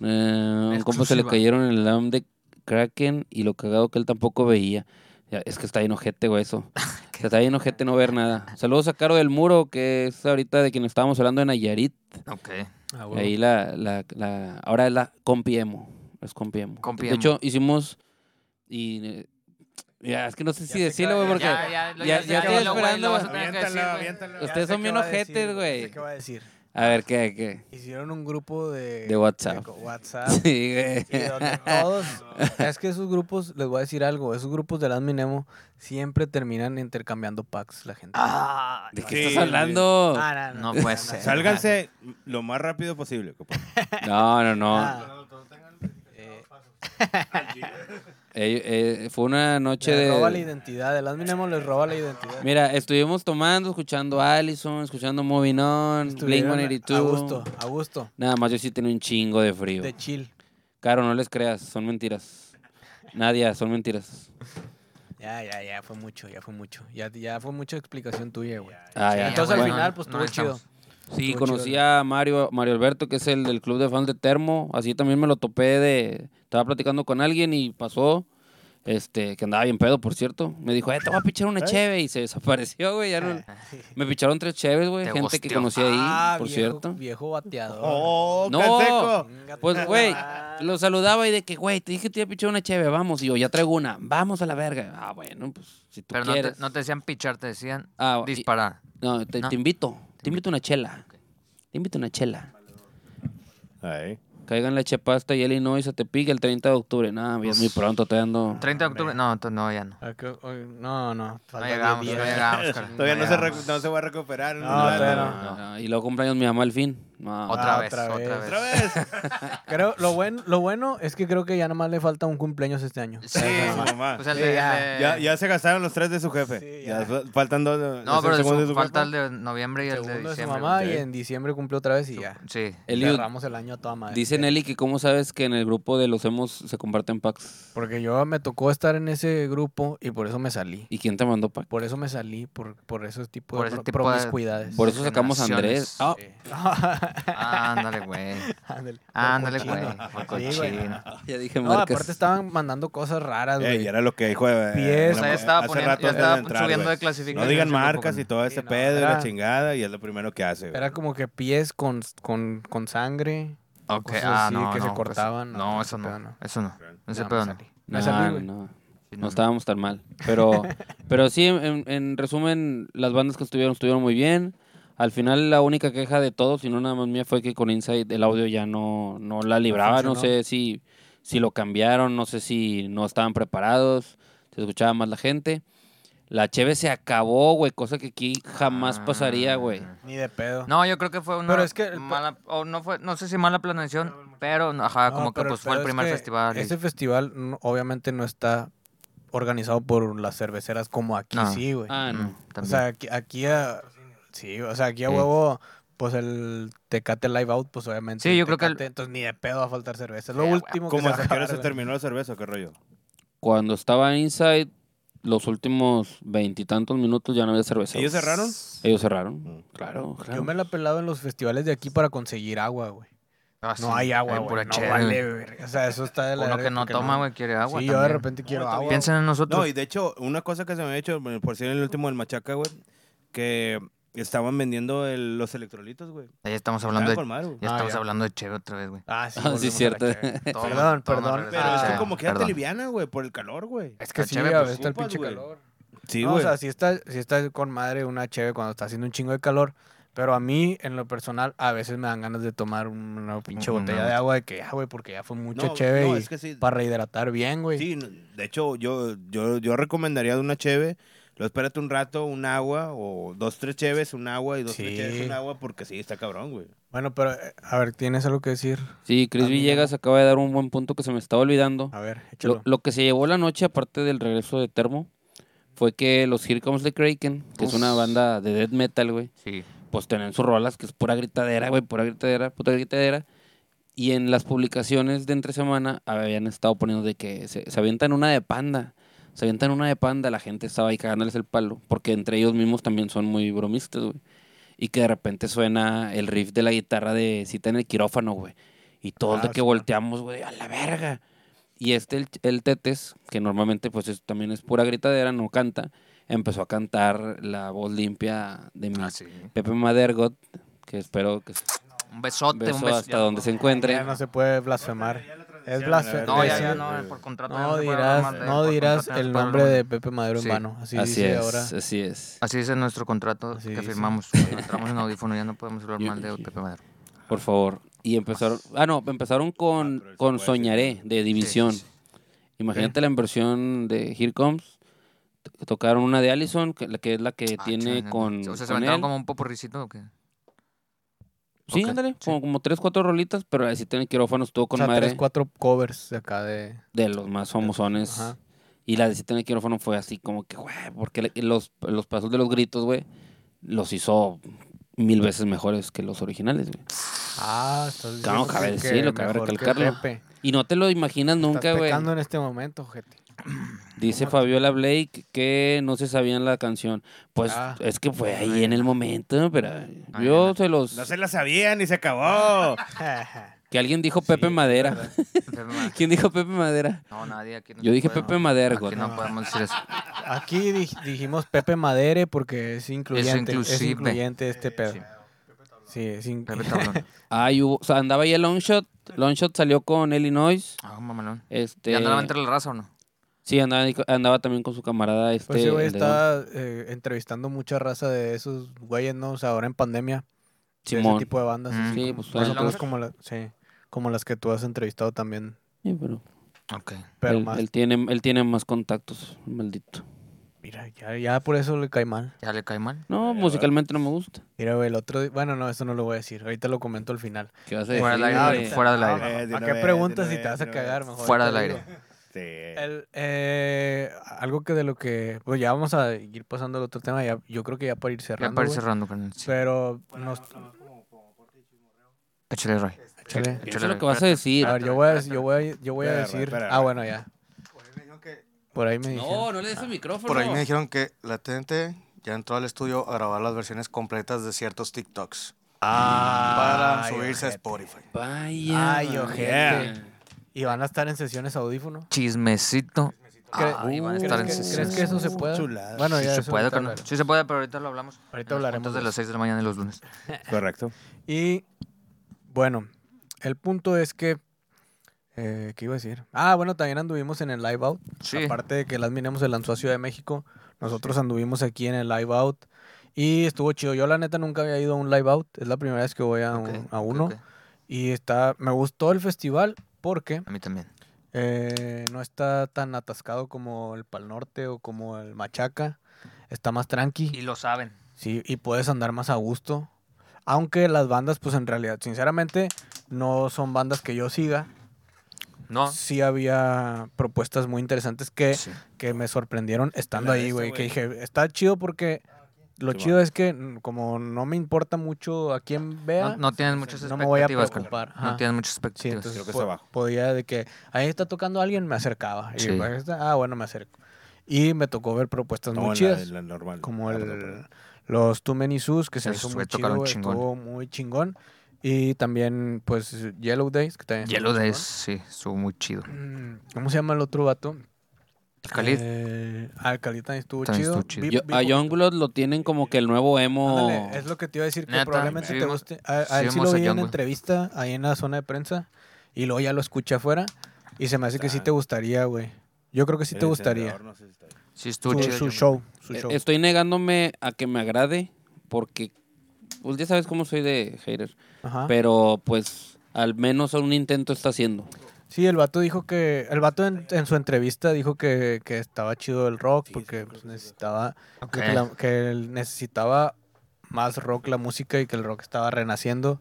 Eh,
Este
un compa se le
Exclusiva.
cayeron en el LAM de Kraken y lo cagado que él tampoco veía. Ya, es que está bien ojete, güey, eso.
Ah,
O sea, está bien ojete no ver nada. Saludos a Caro del Muro, que es ahorita de quien estábamos hablando en Nayarit.
Ok.
Ah,
Y
güey.
Ahí la, la, la- ahora es la compi emo. Es con Piemo.
Con
De
Piemo.
hecho, hicimos. Y. eh, Ya, es que no sé
Ya
si
sé
decirlo, güey,
cuál es.
porque.
Ya, ya, lo-
ya-
ya,
ya
ya,
estoy
lo, güey, lo
esperando.
vas a tener que decir,
Aviéntalo,
güey.
aviéntalo.
Ustedes son bien ojetes, güey.
¿Qué va a decir?
A ver, ¿qué? ¿Qué?
Hicieron un grupo de...
De WhatsApp.
co- WhatsApp.
Sí, güey.
y donde todos... Es que esos grupos, les voy a decir algo, esos grupos del Admin Emo siempre terminan intercambiando packs la gente.
Ah,
¿De qué pues,
Sí,
estás hablando?
Ah,
No puede
eh,
ser.
Sálganse lo más rápido posible, compa.
No, no, no.
Ah, eh,
Eh, eh, fue una noche
les
de.
roba la identidad, el Admin Emo les roba la identidad.
Mira, estuvimos tomando, escuchando Allison, escuchando Moving On, Blink
Estuvieron A gusto,
182.
a gusto,
Nada más yo sí tenía un chingo de frío.
de chill.
Caro, no les creas, son mentiras. Nadia, son mentiras.
Ya, ya, ya, fue mucho, ya fue mucho. Ya, ya fue mucha explicación tuya, güey.
Ah, ya.
Entonces al
Bueno,
final, pues estuvo chido.
Sí,
estuvo
conocí
chido.
a Mario, Mario Alberto, que es el del club de fans de Termo. Así también me lo topé de. Estaba platicando con alguien y pasó. Este, que andaba bien pedo, por cierto. Me dijo, eh, te voy a pichar una cheve. Y se desapareció, güey. ya no- Me picharon tres cheves, güey.
Te
Gente que
gusteó.
conocí ahí,
Ah,
por
viejo-
cierto.
Viejo bateador.
¡Oh,
No.
Canseco!
Chinga tu
Pues, güey,
madre.
lo saludaba y de que, güey, te dije que te iba a pichar una cheve, vamos. Y yo, ya traigo una, vamos a la verga. Ah, bueno, pues, si tú
Pero no te,
quieres.
no te decían pichar, te decían
Ah, y-
disparar.
no, te,
no.
te invito, te invito una chela. Te invito una chela.
Ahí.
Caigan la chepasta y el Illinois a Tepic el 30 de octubre. Nada, ya es
Pues,
muy pronto, te ando.
30 de octubre. No, entonces no, ya no.
¿A qué- oye, No, no.
No
faltan
llegamos, no
diez días.
llegamos. cara.
Todavía no se,
llegamos.
recu- no se va a recuperar.
No,
va a-
todavía no.
Ah, Y luego cumpleaños mi mamá al fin. No.
Otra,
Ah,
vez,
otra
otra vez,
vez.
¿Otra vez?
Creo, lo, buen- lo bueno es que creo que ya nomás le falta un cumpleaños este año.
Sí,
Esa
sí,
mamá.
pues el
Sí,
de-
ya,
el de-
Ya, ya se gastaron los tres de su jefe.
Sí, ya.
ya. fa- faltan dos. eh,
No,
es
pero de
segundo de
su-
su
falta el
jefe.
de noviembre y el de
Segundo de su
diciembre.
mamá y
güey.
en diciembre cumple otra vez y ya.
Sí.
Eliud,
Cerramos el año a toda madre.
dice Nelly que cómo sabes que en el grupo de los hemos se comparten packs.
Porque yo me tocó estar en ese grupo y por eso me salí.
¿Y quién te mandó pack?
Por eso me salí, por, por esos tipos
Por
de
ese
pro-
tipo de-
promiscuidades.
Por Ah. eso sacamos a Andrés.
Generaciones.
Ah,
Sí.
Ándale, güey.
Ándale, por
Ándale,
cochino.
güey. por
Sí, güey.
cochino.
Ah, ya dije
No,
marcas.
aparte estaban mandando cosas raras,
Ey,
güey.
y era lo que dijo. eh,
Pies.
eh,
O sea,
la-
ya estaba,
hace
poniendo,
rato
ya
antes
estaba
entrar,
subiendo
güey.
de clasificación.
No digan
en el grupo,
marcas y
güey.
todo ese
Sí, no,
pedo y
era-
la chingada. Y es lo primero que hace. güey.
Era como que pies con, con, con sangre.
Ok,
cosas
ah,
así
no,
que se
no, pues,
cortaban, no,
No, eso
ese pedo
no.
no.
Eso no. Ese
No,
pedo
me
no.
salí.
No,
Me salí, güey.
no,
Sí,
no estábamos tan mal. Pero, pero sí, en, en resumen, las bandas que estuvieron estuvieron muy bien. Al final la única queja de todos, y no nada más mía, fue que con Inside el audio ya no, no la libraba. No,
funcionó.
sé si, si lo cambiaron, no sé si no estaban preparados, se escuchaba más la gente. La cheve se acabó, güey, cosa que aquí jamás
Ah.
pasaría, güey.
Ni de pedo.
No, yo creo que fue una
Pero es que el-
mala, o no fue, no sé si mala planeación, pero no, ajá,
No,
como que
pero
pues fue el
pedo es
primer
que
festival. y-
Ese festival no- obviamente no está organizado por las cerveceras como aquí
No.
sí, güey.
Ah,
Mm,
no.
o
también.
sea, aquí, aquí a... Sí, o sea, aquí a
Sí.
huevo, pues el Tecate Live Out, pues obviamente.
Sí,
el
yo creo que el-
Tecate, Entonces ni de pedo va a faltar cerveza. Es lo
Sí, a huevo.
último que
¿Cómo
se va
hasta
a
que ahora
acabar,
se
güey.
terminó la cerveza? ¿Qué rollo?
Cuando estaba Inside, los últimos veintitantos minutos ya no había cerveza.
¿Ellos cerraron?
Ellos cerraron.
Mm.
Claro, claro.
Yo me la he pelado en los festivales de aquí para conseguir agua, güey.
Ah, sí,
No hay agua,
pura
güey. No
cheve,
vale,
güey.
güey. O sea, eso está de la
Uno
verga
que no
porque
toma, güey, quiere agua.
Sí, yo de
también.
repente quiero
No,
agua.
Piensen en nosotros.
No, y de hecho, una cosa que se me ha hecho, bueno, por si en el último del Machaca, güey, que estaban vendiendo el- los electrolitos, güey.
Ya estamos hablando
Estaban con
de
madre, güey.
ya
Ah,
estamos
ya.
hablando de cheve otra vez, güey.
Ah, sí,
Ah, sí,
volvemos a la
cierto.
cheve.
Todo-
Perdón,
todo nos
perdón,
regresa
Pero
a la
Ah,
es
cheve,
que como quédate
perdón.
liviana, güey, por el calor, güey.
Es que
La
sí,
cheve,
a
pues,
veces está el
ocupas,
pinche
güey.
calor.
Sí,
No,
güey.
o sea, sí está, sí está con madre una cheve cuando está haciendo un chingo de calor. Pero a mí, en lo personal, a veces me dan ganas de tomar una pinche
Una-
botella de agua de que ya, güey, porque ya fue mucho
No,
cheve
no,
y
es que sí.
para rehidratar bien, güey.
Sí, no, de hecho, yo, yo, yo recomendaría de una cheve, lo espérate un rato, un agua, o dos, tres cheves, un agua, y dos,
Sí.
tres cheves, un agua, porque sí, está cabrón, güey.
Bueno, pero, eh, a ver, ¿tienes algo que decir?
Sí, Chris
Ah, mira.
Villegas acaba de dar un buen punto que se me estaba olvidando.
A ver, échalo.
Lo, lo que se llevó la noche, aparte del regreso de Termo, fue que los Here Comes the Kraken, que es una
Uf.
banda de death metal, güey,
Sí.
pues tenían sus rolas, que es pura gritadera, güey, pura gritadera, pura gritadera. Y en las publicaciones de entre semana habían estado poniendo de que se, se avientan una de panda. Se avientan una de panda, la gente estaba ahí cagándoles el palo, porque entre ellos mismos también son muy bromistas, güey. Y que de repente suena el riff de la guitarra de cita en el quirófano, güey. Y todos
Ah,
de
sí.
que volteamos, güey, a la verga. Y este, el, el Tetes, que normalmente pues es- también es pura gritadera, no canta, empezó a cantar la voz limpia de mi
Ah, sí.
Pepe Madergot, que espero que
Un besote,
beso
un beso.
hasta donde se encuentre.
Ya no se puede blasfemar. Es
la
blasfemia.
verga.
No, ya,
decía-
ya no, por contrato. ya
No
se puede
dirás,
hablar más de él,
no
por
dirás
contrato ya
el
no se puede
nombre
hablar
de
más.
Pepe Madero
Sí.
en vano. Así,
así
dice
es,
ahora.
así es.
Así dice nuestro contrato
Así
que
dice.
firmamos. Cuando entramos en audífono ya no podemos hablar
Yo-
mal de Pepe Madero.
Por favor. Y empezaron. Ah, no, empezaron con,
Ah, pero él se
con
puede decir,
Soñaré de División.
sí.
Imagínate la inversión de Here Comes. T- Tocaron una de Allison, que, la que es la que
Ah,
tiene
chale,
con.
O sea, se
con
aventaron
él.
como un poporricito o qué.
Sí,
ok,
ándale,
sí.
como, como tres, cuatro rolitas, pero así tiene quirófanos, estuvo
o
con
sea,
madre
tres, cuatro covers de acá de...
de los más famosones.
Ajá.
Y la de si tiene quirófano fue así como que, güey, porque le- los, los pasos de los gritos, güey, los hizo mil veces mejores que los originales, güey.
Ah, estás diciendo
cabe
que
decirlo, cabe
mejor que
recalcarlo.
Pepe.
Y no te lo imaginas nunca,
Estás
güey.
pecando en este momento, gente.
Dice Fabiola Blake que no se sabían la canción. Pues
Ah.
es que fue ahí en el momento, pero
Ahí
yo
en
se los...
No se la sabían y se acabó.
Que alguien dijo Pepe Madera.
Pepe Madero.
¿Quién dijo Pepe Madera?
No, nadie aquí. no
Yo
se
dije
puede,
Pepe
no.
Madero,
Aquí
güey.
no podemos decir eso.
Aquí di- dijimos Pepe Madere porque es incluyente. Es,
inclusive.
incluyente este pedo. Sí, es in-
Pepe Tablón.
Ay, hubo- o sea, andaba ahí el Longshot. Longshot salió con Illinois.
Ah, mamalón.
Este,
¿Y andaba entre la raza o no?
Sí, andaba, andaba también con su camarada. Este,
Pues ese güey
el de-
está eh, entrevistando mucha raza de esos güeyes, ¿no? O sea, ahora en pandemia. de
Simón.
ese tipo de bandas.
Mm.
así
Sí,
como-
pues,
más o
el-
menos como, la- sí, como las que tú has entrevistado también.
Sí, pero
Ok.
Pero
él,
más.
él tiene, él tiene más contactos, maldito.
Mira, ya, ya por eso le cae mal.
¿Ya le cae mal?
No, musicalmente no me gusta.
Mira, güey, el otro. di- Bueno, no, eso no lo voy a decir. Ahorita lo comento al final.
¿Qué vas a
Fuera del
decir,
aire,
güey?
fuera del aire.
Eh, de
¿A
una
qué
vez,
preguntas
de
si
una
te vas
vez,
a
de una
cagar
vez.
mejor?
Fuera del
ahorita
aire.
digo.
Sí.
El, eh, algo que de lo que. Pues ya vamos a ir pasando al otro tema. ya- yo creo que ya para ir
Ya
cerrando.
para ir
güey.
cerrando, carnal. Sí.
Pero. nos-
Échale, Roy.
Échale.
Piensa lo que vas a decir.
A ver, yo voy a, yo voy a- yo voy a
Espera,
decir.
espera,
ah,
espera.
bueno, ya. Por ahí me dijeron. Ah,
No, no le des el micrófono.
Por ahí me dijeron que la TNT ya entró al estudio a grabar las versiones completas de ciertos TikToks para
Ay,
subirse a
ojete.
Spotify.
Vaya.
Ay, ojete. Y van a estar en sesiones audífono.
Chismecito.
¿Cre-
Ahí van a
Uh,
Ah, estar en
¿crees, que,
sesión.
crees que eso se puede?
Chulada.
Bueno,
Sí
ya
se
eso
puede,
ahorita
carnal.
hablaremos.
Sí se puede, pero ahorita lo hablamos.
Ahorita
En las
hablaremos
juntas de
de
las 6 de la mañana y los lunes.
Correcto.
Y bueno, el punto es que. eh, ¿Qué iba a decir? Ah, bueno, también anduvimos en el Live Out.
Sí.
Aparte de que las minemos se lanzó a Ciudad de México, nosotros anduvimos aquí en el Live Out. Y estuvo chido. Yo, la neta, nunca había ido a un Live Out. Es la primera vez que voy a,
Ok,
un- a
ok,
uno.
ok.
Y está, me gustó el festival porque
A mí también.
Eh, no está tan atascado como el Pal Norte o como el Machaca. Está más tranqui.
Y lo saben.
Sí, y puedes andar más a gusto. Aunque las bandas, pues en realidad, sinceramente, no son bandas que yo siga.
No.
Sí había propuestas muy interesantes que,
Sí.
que me sorprendieron estando
La de
ahí,
esta,
güey.
este
Que
güey.
dije, está chido porque lo
Sí,
chido es que mm, como no me importa mucho a quién vea,
No, no tienes muchas
no me voy a
expectativas, carnal.
preocupar,
No
ajá.
tienes muchas
Sí,
expectativas.
entonces
Creo que
po-
está abajo.
podía de que ahí está tocando alguien, me acercaba. Y
Sí.
yo, "Ahí está", ah, bueno, me acerco. Y me tocó ver propuestas
No,
muy
la-
chidas,
la normal.
como
Ah,
el-
perdón, perdón.
los Too Many Sus, que se
Esos
hizo muy
güey
chido,
tocaron
güey,
chingón.
estuvo muy chingón. Y también, pues, Yellow Days, que también. estuvo
Yellow Days,
chingón.
sí, estuvo muy chido.
Mm, ¿Cómo se llama el otro vato?
El Khalid,
Eh, ah, el Khalid también estuvo
También
chido.
estuvo chido.
Vi-
Yo-
vi
a
poquito.
Youngblood lo tienen como que el nuevo emo.
Ándale, es lo que te iba a decir, que
Neta,
probablemente
sí,
te
mo-
guste. A, a
sí,
él sí
vamos
lo
a
vi en
Jungle.
entrevista, ahí en la zona de prensa, y luego ya lo escuché afuera, y se me hace que sí te gustaría, güey. Yo creo que sí te
El
gustaría.
encendedor, no sé si está ahí.
sí, estuvo
Su,
chido.
su
Young
show, su
Eh,
show.
Estoy negándome a que me agrade porque pues ya sabes cómo soy de hater,
Ajá.
pero pues al menos un intento está haciendo.
Sí, el vato dijo que, el vato en, en su entrevista dijo que, que estaba chido el rock, porque pues, necesitaba,
Blood.
que,
Ok.
la- que él necesitaba más rock la música y que el rock estaba renaciendo.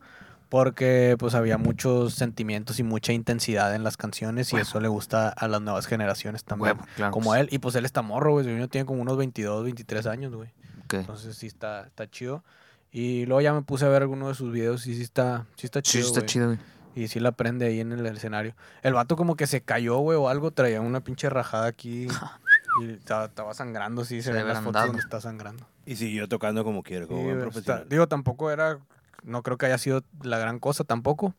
Porque pues había muchos sentimientos y mucha intensidad en las canciones y eso le gusta a las nuevas generaciones también.
Huevo, claro.
como
que
él. Y pues él está morro, güey. su niño tiene como unos 22, 23 años, güey.
sí. Ok.
Entonces sí Pues, está, está chido. Y luego ya me puse a ver alguno de sus videos y sí está, sí está
Sí,
chido.
está
güey.
chido, güey.
Y sí la prende ahí en el escenario. El vato como que se cayó, güey, o algo. Traía una pinche rajada aquí. y estaba, estaba sangrando, sí. Se,
Se
ven
le
las fotos
agrandaba.
donde está sangrando.
Y siguió tocando como quiero, como
Sí,
buen
güey,
profesional.
está- digo, tampoco era... No creo que haya sido la gran cosa tampoco.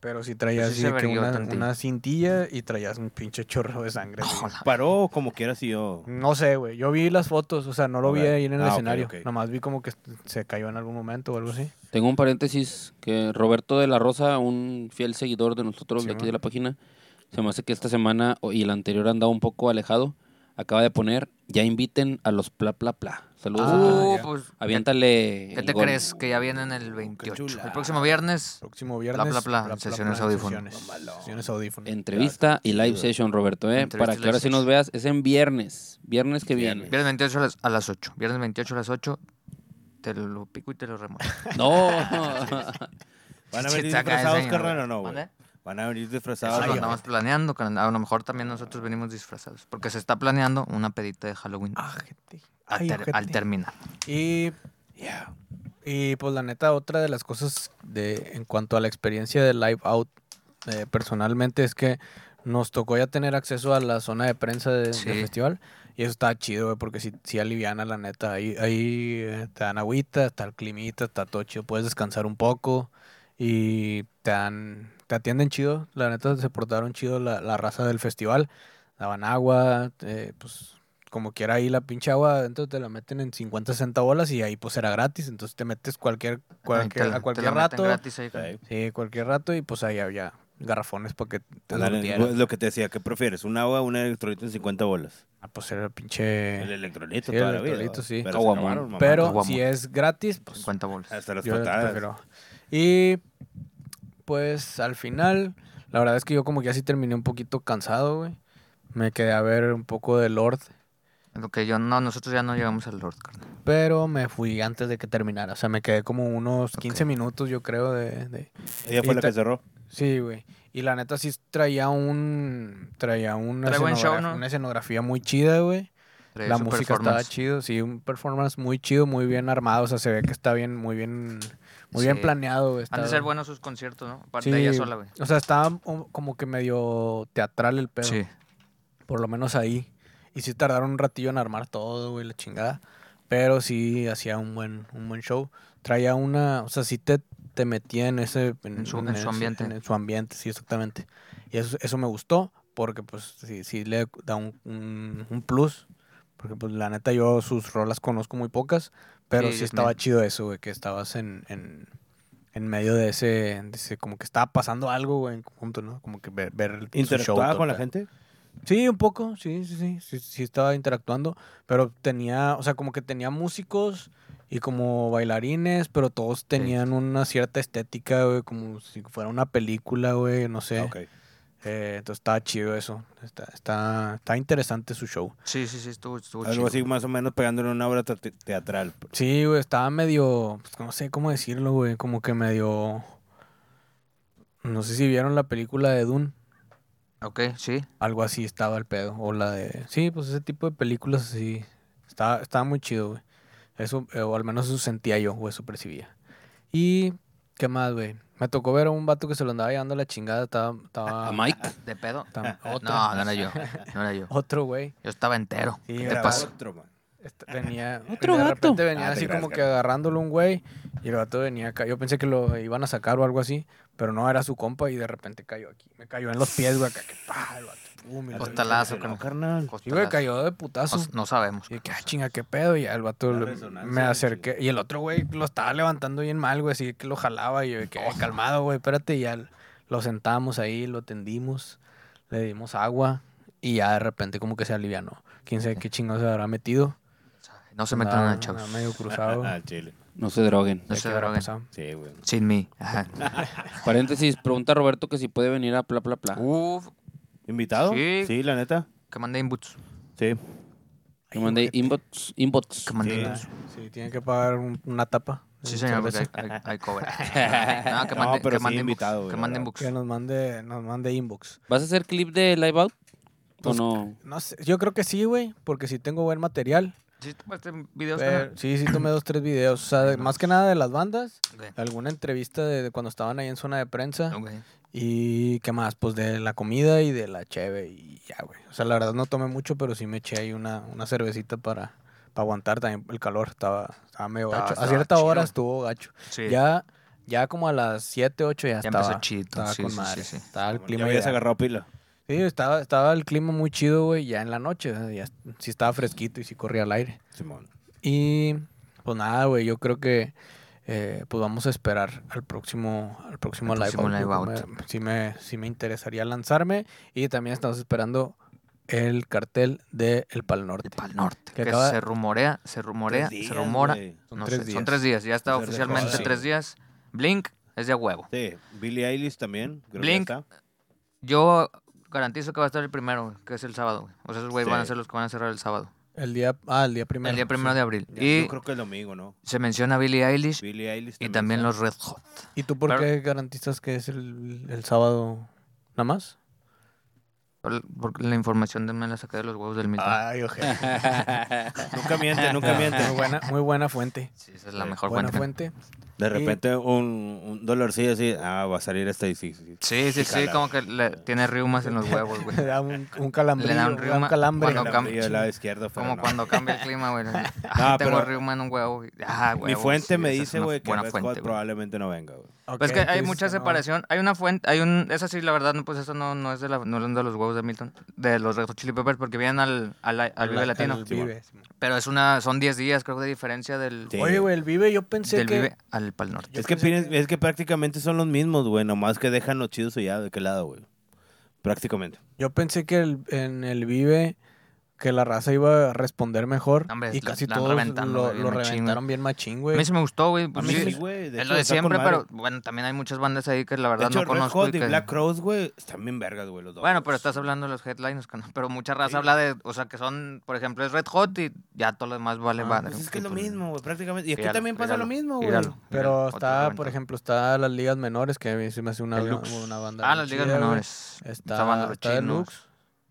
Pero sí traía
Pues sí
así
se
de que
averió
una,
tantillo.
una cintilla y traías un pinche chorro de sangre. así, güey.
Paró como quiera siguió.
No sé, güey. Yo vi las fotos, o sea, no lo vi
Ok.
ahí en el
Ah, ok,
escenario.
ok.
Nomás vi como que se cayó en algún momento o algo así.
Tengo un paréntesis que Roberto de la Rosa, un fiel seguidor de nosotros de aquí
Simón.
de la página, Se me hace que esta semana o- y la anterior andaba un poco alejado. Acaba de poner, ya inviten a los pla pla pla. Saludos. a todos.
Uh,
Ah, ya.
pues,
Aviéntale.
¿Qué
el
te
gol.
crees? Que ya vienen el 28.
chulada.
El próximo viernes.
Próximo viernes.
bla, bla, en sesiones audífono.
Sesiones, sesiones audífono.
Entrevista y live session, Roberto, ¿eh?
Entrevista
Para
y
que
live
ahora sí nos
session.
veas. Es en viernes. Viernes que viene.
Viernes 28 a las, a las 8. Viernes 28 a las 8. Te lo pico y te lo remojo.
No.
¿Van a
Sí,
venir
saca ese,
disfrazados,
señor.
carnal, o no, güey?
¿Mande?
Van a venir
Eso
disfrazados.
lo
o no?
andamos planeando. carnal. A lo mejor también nosotros venimos disfrazados. Porque se está planeando una pedita de Halloween
Ah, gente.
al,
Ay,
ter-
ojete.
al terminar.
Y, yeah. y pues la neta, otra de las cosas de en cuanto a la experiencia de Live Out eh, personalmente es que nos tocó ya tener acceso a la zona de prensa de- del
Sí.
festival. Y eso está chido, güey, porque si, si aliviana, la neta. Ahí, ahí eh, te dan agüita, está el climita, está todo chido. Puedes descansar un poco y te, dan- te atienden chido. La neta, se portaron chido la, la raza del festival. Daban agua, eh, pues como quiera ahí la pinche agua, entonces te la meten en 50, 60 bolas y ahí pues era gratis, entonces te metes cualquier, cualquier-
Ahí te-
a
te
cualquier
la meten
rato,
gratis ahí, carnal.
Sí.
sí, cualquier rato y pues ahí había garrafones para que te
Ándale,
surtieran.
Es lo que te decía, ¿qué prefieres? ¿Un agua o un electrolito en 50 bolas?
Ah, pues era pinche...
El electrolito,
Sí, el
toda la vida,
electrolito,
¿va?
sí.
Pero, se
Caguamón.
acabaron, mamá.
Pero
Caguamo.
si es gratis, pues
50 bolas.
Hasta las
yo
patadas.
prefiero. Y pues al final, la verdad es que yo como que así terminé un poquito cansado, güey. Me quedé a ver un poco de Lord,
Lo que yo no, nosotros ya no llegamos al Lord, carnal.
pero me fui antes de que terminara. O sea, me quedé como unos 15 minutos, yo creo, de- de,
Ella fue
Y
la
te-
que cerró.
Sí, güey. Y la neta sí traía un traía una,
Trae buen show,
escenogra-
¿no?
una escenografía muy chida, güey.
Trae
La
su
música estaba
performance.
chido, sí, un performance muy chido, muy bien armado, o sea, se ve que está bien, muy bien, muy bien
Sí.
planeado, güey.
Han de
estaba-
ser buenos sus conciertos, ¿no? Aparte
Sí,
de ella sola, güey.
O sea, estaba um, como que medio teatral el pedo,
Sí.
por lo menos ahí. Y sí tardaron un ratillo en armar todo, güey, la chingada. Pero sí hacía un buen, un buen show. Traía una, o sea, sí te, te metía en ese...
En su- en su
ese-
ambiente.
En, su ambiente, sí, exactamente. Y eso, eso me gustó porque pues sí, sí le da un, un- un plus. Porque pues la neta yo sus rolas conozco muy pocas, pero
Sí,
sí,
yo
estaba
también.
chido eso, güey, que estabas en, en, en medio de ese, de ese, como que estaba pasando algo, güey, en conjunto, ¿no? Como que ver, ver su show,
¿Interactuaba
todo
con la
el pedo.
gente?
Sí, un poco, sí, sí, sí, sí, sí estaba interactuando, pero tenía, o sea, como que tenía músicos y como bailarines, pero todos tenían una cierta estética, güey, como si fuera una película, güey, no sé.
Ah, ok.
Eh, entonces estaba chido eso, está, está, está interesante su show.
Sí, sí, sí, estuvo, estuvo
Algo
chido.
así más o menos pegándole una obra te- teatral.
Sí, güey, estaba medio, pues, no sé cómo decirlo, güey, como que medio... No sé si vieron la película de Dune.
Ok, sí.
Algo así estaba el pedo. O la de. Sí, pues ese tipo de películas así. Estaba, estaba muy chido, güey. Eso, eh, o al menos eso sentía yo, o eso percibía. Y. ¿Qué más, güey? Me tocó ver a un vato que se lo andaba llevando la chingada. Estaba. estaba
A Mike.
¿De pedo?
tam- otro,
No, no era yo. No era yo.
otro, güey.
Yo estaba entero.
Sí,
¿Qué te
era
pasó?
Otro, man.
Este- Venía.
Otro
de
gato.
repente venía
Ah, te
así
creas,
como que
carnal.
agarrándolo un güey. Y el vato venía acá. Yo pensé que lo iban a sacar o algo así. Pero no, era su compa y de repente cayó aquí. Me cayó en los pies, güey. Acá que pa, el vato. Pum, y
Ah,
lo-
Costalazo,
No,
carnal.
carnal.
Sí, güey,
Costalazo.
cayó de putazo.
No- No sabemos.
Y de que, ah, chinga, qué pedo. Y ya el vato
La
le-
resonancia,
me
la
acerqué. Y el otro güey lo estaba levantando bien mal, güey. Así que lo jalaba. Y yo, de que,
Oh.
"Eh, calmado, güey, espérate. Y ya lo sentamos ahí, lo tendimos, le dimos agua. Y ya de repente, como que se alivianó. Quién sabe qué chingados se habrá metido.
No se metan
Andaba-
nada, chavos.
andaba medio cruzado.
Ah, chile.
No se droguen.
No
Ya
se
qué habrá
droguen.
pasado.
Sí, güey.
Sin mí. Ajá.
Paréntesis, pregunta a Roberto que si puede venir a pla pla pla.
Uf,
¿Invitado?
Sí.
Sí, la neta.
que mandé inputs.
Sí.
Yo mandé inbox. inbox.
Que mandé
Sí.
inputs.
Ah, Sí, tiene que pagar un- una tapa.
Sí, señor, porque
Entonces,
hay, hay, hay cobra. No, que
No,
mande,
pero
que
sí
mande
invitado,
inbox.
güey,
Que
la
mande
verdad.
inbox.
Que nos mande, nos mande inbox.
¿Vas a hacer clip de Live Out? ¿O
Pues,
no?
No sé, yo creo que sí, güey, porque si tengo buen material.
¿Sí tomaste videos?
Pero- sí, sí tomé dos, tres videos. O sea, de- más que nada de las bandas.
carnal?
Alguna entrevista de, de cuando estaban ahí en zona de prensa.
Ok, ok.
Y qué más, pues de la comida y de la cheve y ya, güey. O sea, la verdad no tomé mucho, pero sí me eché ahí una, una cervecita para, para aguantar también el calor. Estaba, estaba medio
Estaba-
gacho.
estaba
a cierta hora
chido.
estuvo gacho.
Sí.
Ya, ya como a las 7, 8 ya,
Ya empezó
estaba.
chidito,
Estaba
sí,
con
sí, sí,
madre.
sí.
Estaba el
Ya
clima
habías
ideal.
agarrado pila.
Sí, estaba, estaba el clima muy chido, güey, ya en la noche. o sea, Ya, sí estaba fresquito y sí corría el aire.
Simón.
Y pues nada, güey, yo creo que eh, pues vamos a esperar al próximo, al próximo
Al
live
próximo
out.
live
Yo creo que
out.
me- sí, me, sí me interesaría lanzarme. Y también estamos esperando el cartel de El Pal Norte.
El Pal Norte.
Que
Que,
acaba-
se rumorea, se rumorea,
Tres
se
días,
rumora.
güey.
Son
no
tres
sé,
días.
son tres días. Ya está
Tres días.
oficialmente
Sí.
tres días. Blink es de a huevo.
Sí, Billie Eilish también. Creo que ya
Blink.
está.
Yo garantizo que va a estar el primero, güey, que es el sábado. güey. O sea, esos güeyes van a
Sí.
ser los que van a cerrar el sábado.
El día, ah, el día primero.
el día primero
sí.
de abril.
Ya,
y
Yo creo que el domingo, ¿no?
se menciona Billie Eilish
Billie Eilish
y también
está.
los Red Hot.
¿Y tú por
Claro.
qué garantizas que es el, el sábado nada más?
Por- Porque la información de- me la saqué de los huevos del
Ah,
Milton.
Ay, ojete.
Nunca miente, nunca miente.
Muy buena, muy buena fuente.
Sí, esa es la
Sí,
mejor
buena
cuenta.
fuente.
De repente un, un dolorcillo así, ah, va a salir esta y sí, sí, sí.
Sí, sí, sí,
Jala.
como que le- tiene riumas en los huevos, güey.
Le da un, un calambrío,
Le da
le
un
da un
riuma
calambre.
cuando
Calambre
cambia-
del lado izquierdo, pero
Como
no.
cuando cambia el clima, güey. Ah,
No,
tengo
pero-
riuma en un huevo. güey. Ah,
Mi
huevo,
fuente
sí,
me
esa es
dice,
una
güey, que
buena
Red
fuente,
Hot
güey.
probablemente no venga, güey.
Ok,
Pues que hay
tú
mucha
dices que no.
separación. Hay una fuente, hay un. Esa sí, la verdad, no, pues eso no, no es de, la, no es de los huevos de Milton, de los Red Hot Chili Peppers, porque vienen al, al, al Vive
La-
Latino.
el Vive.
Pero es una, son 10 días, creo, de diferencia del,
Sí.
Oye, güey, el Vive yo pensé
Este, del
que...
Vive al Pal Norte.
Yo
es, que
pensé
pienso- es que prácticamente son los mismos, güey, nomás que dejan los chidos allá de qué lado, güey. Prácticamente.
Yo pensé que el- en el Vive que la raza iba a responder mejor
Hombre,
y
la-
casi
la han
todos
reventado,
lo,
güey, bien
lo
machín, güey.
reventaron bien machín,
A
güey.
mí sí me gustó, güey.
A
pues
mí sí,
sí,
güey.
es lo de
está con
siempre,
madre.
pero bueno, también hay muchas bandas ahí que la
De
verdad
hecho,
no
Red
conozco. y
Hot y
que-
Black Crowes, güey, están bien vergas, güey, los dos. Ah,
Bueno, pero estás hablando de los headliners, cano, pero mucha raza
Sí.
habla de, o sea, que son, por ejemplo, es Red Hot y ya todo lo demás vale
Ah,
madre.
Pues es que es lo
Pues,
mismo, güey, prácticamente. Y aquí
Fíralo,
también pasa lo
fíralo,
mismo, güey.
fíralo, fíralo,
Pero
otro
está,
reventón.
por ejemplo, está las ligas menores, que a mí se me hace una,
Deluxe.
una banda.
Ah,
bien
las ligas
chida, güey.
menores.
Está,
Estaban los
está
chinos.
Deluxe.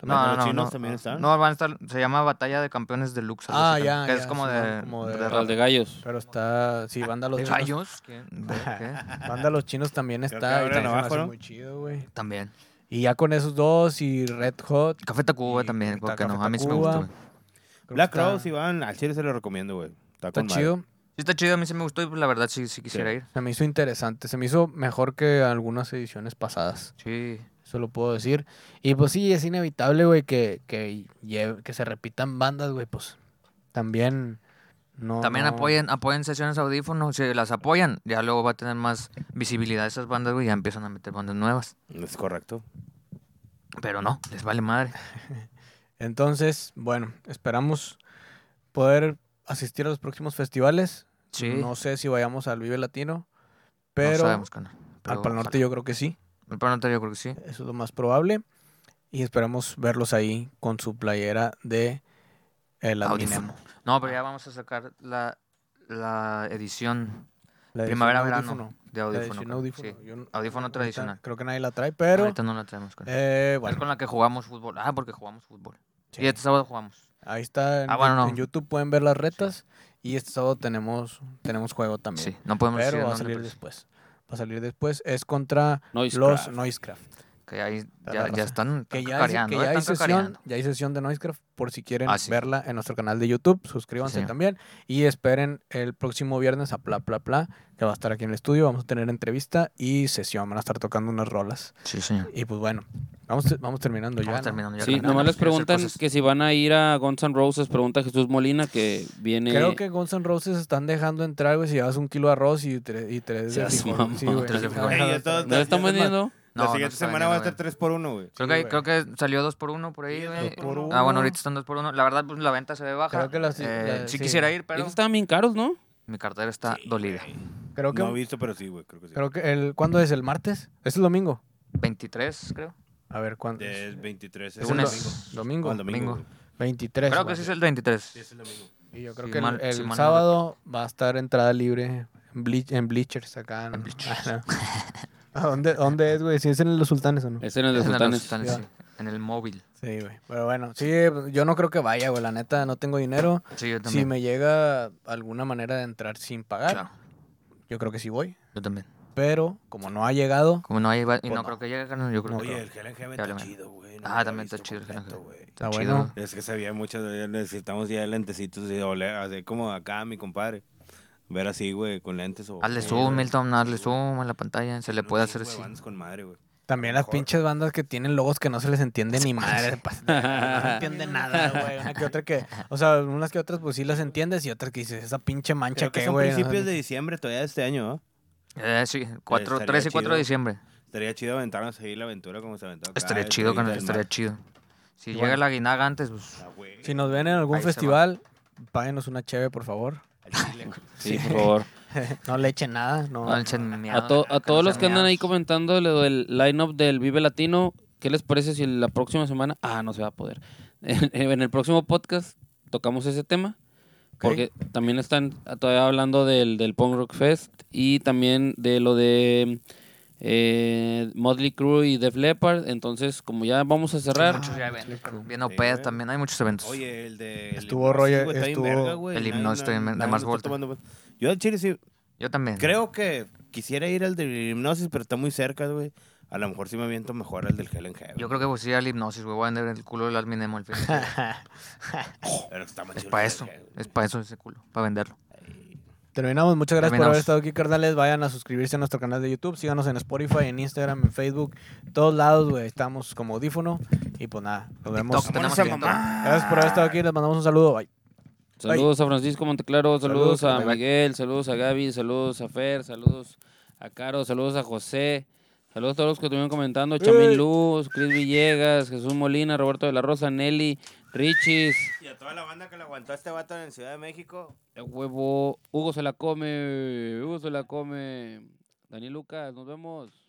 No,
Bueno,
no,
los
no,
chinos
no.
también están.
No, van a estar, se llama Batalla de Campeones Deluxe. algo
Ah,
así,
ya,
Que es
ya,
como
sí,
de...
como de-
de
Pero el
rap.
de gallos.
Pero está, sí, banda los
¿De
chinos.
gallos? ¿Qué? ¿Qué?
Banda los chinos también
Creo que
está. y
abren
también se me
abajo,
hace
¿no?
muy chido, güey.
También.
Y ya con esos dos y Red Hot.
Café Tacuba
Y
también,
está
porque no,
Café
a mí sí me
Tacuba.
gustó. güey.
creo
Black
que está-
Crowes, Iván, al chile se lo recomiendo, güey. Está,
Está
con madre.
chido.
Sí está chido, a mí sí me gustó y pues, la verdad sí, sí quisiera ir.
Se me hizo interesante, se me hizo mejor que algunas ediciones pasadas,
Sí.
eso lo puedo decir. Y pues sí, es inevitable, güey, que, que, lleve- que se repitan bandas, güey, pues también no...
También
no-
apoyen, apoyen sesiones audífonos, si las apoyan, ya luego va a tener más visibilidad esas bandas, güey, ya empiezan a meter bandas nuevas.
Es correcto.
Pero no, les vale madre.
Entonces, bueno, esperamos poder asistir a los próximos festivales.
Sí. No,
No sé si vayamos al Vive Latino, pero
sabemos, carnal, pero
al Pal Norte yo creo que sí,
ojalá. Al Pal Norte yo creo que sí.
eso es lo más probable. Y esperamos verlos ahí con su playera de... El
Audífono.
Adminemo.
No, pero ya vamos a sacar la, la
La
edición
edición audífono.
primavera-verano de
La
audífono.
edición
carnal,
audífono.
sí.
Yo no-
Audífono
ahorita
tradicional.
Creo que nadie la trae, pero.
Ahorita no la traemos, carnal.
eh,
Es
bueno.
con la que jugamos fútbol. Ah, porque jugamos fútbol.
sí.
Y este sábado jugamos.
Ahí está. En,
Ah, bueno, no.
en YouTube pueden ver las retas. Y este sábado tenemos, tenemos juego también.
Sí, no podemos decir
pero
el
va a
nombre, pues,
salir
pero sí.
después. Va a salir después. Es contra
Noisecraft.
los Noisecraft.
Que ahí
la
ya,
raza.
ya están
Que ya, hay,
cacareando,
que
¿eh?
ya hay
Están
sesión,
cacareando.
ya hay sesión de Noisecraft. Por si quieren
Ah, sí.
verla en nuestro canal de YouTube, suscríbanse
señor.
también. Y esperen el próximo viernes a Pla Pla Pla, que va a estar aquí en el estudio. Vamos a tener entrevista y sesión. Van a estar tocando unas rolas.
Sí, señor.
Y pues bueno, vamos, te- vamos terminando ya.
Vamos
¿no?
terminando ya.
Sí,
carnal,
nomás les
quiero hacer
preguntan
cosas.
que si van a ir a Guns N' Roses, pregunta Jesús Molina que viene...
Creo que Guns N' Roses están dejando entrar, güey, si llevas un kilo de arroz y, tre- y tres de
Seas
frijol.
mamón.
Sí, güey.
Tres de
Sí,
frijol.
ajá.
Ey, todos-
¿No le están
Ya, ya, ya,
vendiendo?
No,
la
no
siguiente
está
semana va a
vendiendo,
estar 3 por 1 güey.
Creo,
Sí,
que, creo que salió 2 por 1 por ahí.
Sí,
güey.
dos por
Ah,
uno.
bueno, ahorita están 2 por 1 La verdad, pues la venta se ve baja.
Creo que las-
Eh,
las-
sí
sí.
quisiera ir,
Esos
pero
estaban bien caros, ¿no?
mi cartera está dolida.
Creo que,
No he visto, pero sí, güey, creo que sí.
creo que el, ¿cuándo es? ¿El martes? ¿Es el domingo?
23, creo.
A ver, ¿cuándo es?
Del 23
¿Es
es
el
lunes.
domingo.
do- domingo?
Ah, el domingo.
Domingo.
güey.
23.
creo
güey.
que sí es el 23.
Es el domingo.
Y yo creo
si
que el-
mal-
el,
si mal no
sábado va a estar entrada libre en, Bleach- en Bleachers acá. ¿no? ¿A dónde, dónde es, güey? ¿Si es en los sultanes o no?
Es en el de
Es en, el
Sultanes.
Sultanes, sí. En el móvil.
Sí, güey. Pero bueno, sí, yo no creo que vaya, güey. La neta, no tengo dinero.
Sí, yo
Si
también.
me llega alguna manera de entrar sin pagar,
Claro,
yo creo que sí voy.
yo también.
Pero como no ha llegado,
Como no hay. va- Y
Pues
no,
no.
creo que llegue, carnal, Yo creo que.
Oye, el Helen Heaven
Ya
está
hablé.
chido, güey. no
Ah,
lo he
también está
visto
chido el Helen
completo, güey.
está
chido.
bueno.
Es que sabía mucho, de- necesitamos ya lentecitos y ole, así como acá mi compadre. Ver así, güey, con lentes o...
Hazle
Sí,
zoom,
güey.
Milton, hazle
Sí, güey.
zoom a la pantalla. Se le
No,
puede
sí,
hacer
güey,
así.
bandas con madre, güey.
También las pinches bandas que tienen logos que no se les entiende ni madre. se pasan de verga, No se entiende nada, güey. Una que otra que. O sea, unas que otras pues sí las entiendes y otras que dices, esa pinche mancha
Creo que
que,
son
güey. no
principios
sé".
de diciembre todavía de este año, ¿no?
Eh, sí, 4,
Estaría
3 y 4
chido.
de diciembre.
Estaría chido aventarnos a seguir la aventura como se aventó. acá,
Estaría
el
chido,
jueguito
carnal,
del
estaría
mar.
chido. Si
Igual.
llega la guinaga antes, pues.
Ah, güey,
Si nos ven en algún
Ahí se va.
festival, páguenos una cheve, por favor.
al chile, güey.
Sí, por favor.
No le echen nada, no.
no le echen miedo,
A, to- a
no
todos
sean
los que andan ahí
miedos.
comentando lo del line-up del Vive Latino, ¿qué les parece si la próxima semana? Ah, no se va a poder. en el próximo podcast tocamos ese tema. Porque también están todavía hablando del, del Punk Rock Fest y también de lo de eh, Motley Crue y Def Leppard. Entonces, como ya vamos a cerrar,
Muchos ya ven, Bien
Sí,
OPED
güey.
también, hay muchos eventos.
Oye, el de. el
Estuvo
himno, sí,
Roger-
güey, está bien
estuvo-
verga, güey,
El
nadie-
himno está bien- de
nadie
Mars
lo está
Volta.
tomando, güey. Yo al chile sí.
Yo también.
Creo que quisiera ir al de hipnosis, pero está muy cerca, güey. A lo mejor sí me aviento mejor al del Hell and Heaven.
Yo creo que pues sí al hipnosis, güey. Voy a vender el culo del Almin Emo al fin.
Pero está más
Es
chido el
para
Hell
eso.
and Heaven.
Es para eso ese culo. Para venderlo.
Terminamos. Muchas gracias por
Terminamos.
haber estado aquí, carnales. Vayan a suscribirse a nuestro canal de YouTube. Síganos en Spotify, en Instagram, en Facebook. Todos lados, güey. Estamos como audífono. Y pues nada, nos vemos.
TikTok, tenemos
Vámonos a
TikTok.
mamar.
Gracias por haber estado aquí. Les mandamos un saludo. Bye.
saludos a Francisco Monteclaro, saludos,
Saludos,
a
bye, bye.
Miguel, saludos a Gaby, saludos a Fer, saludos a Caro, saludos a José, saludos a todos los que estuvieron comentando, Chamín Luz, Cris Villegas, Jesús Molina, Roberto de la Rosa, Nelly, Richis,
Y a toda la banda que le aguantó a este vato en Ciudad de México.
el huevo, Hugo se la come, Hugo se la come, Daniel Lucas, nos vemos.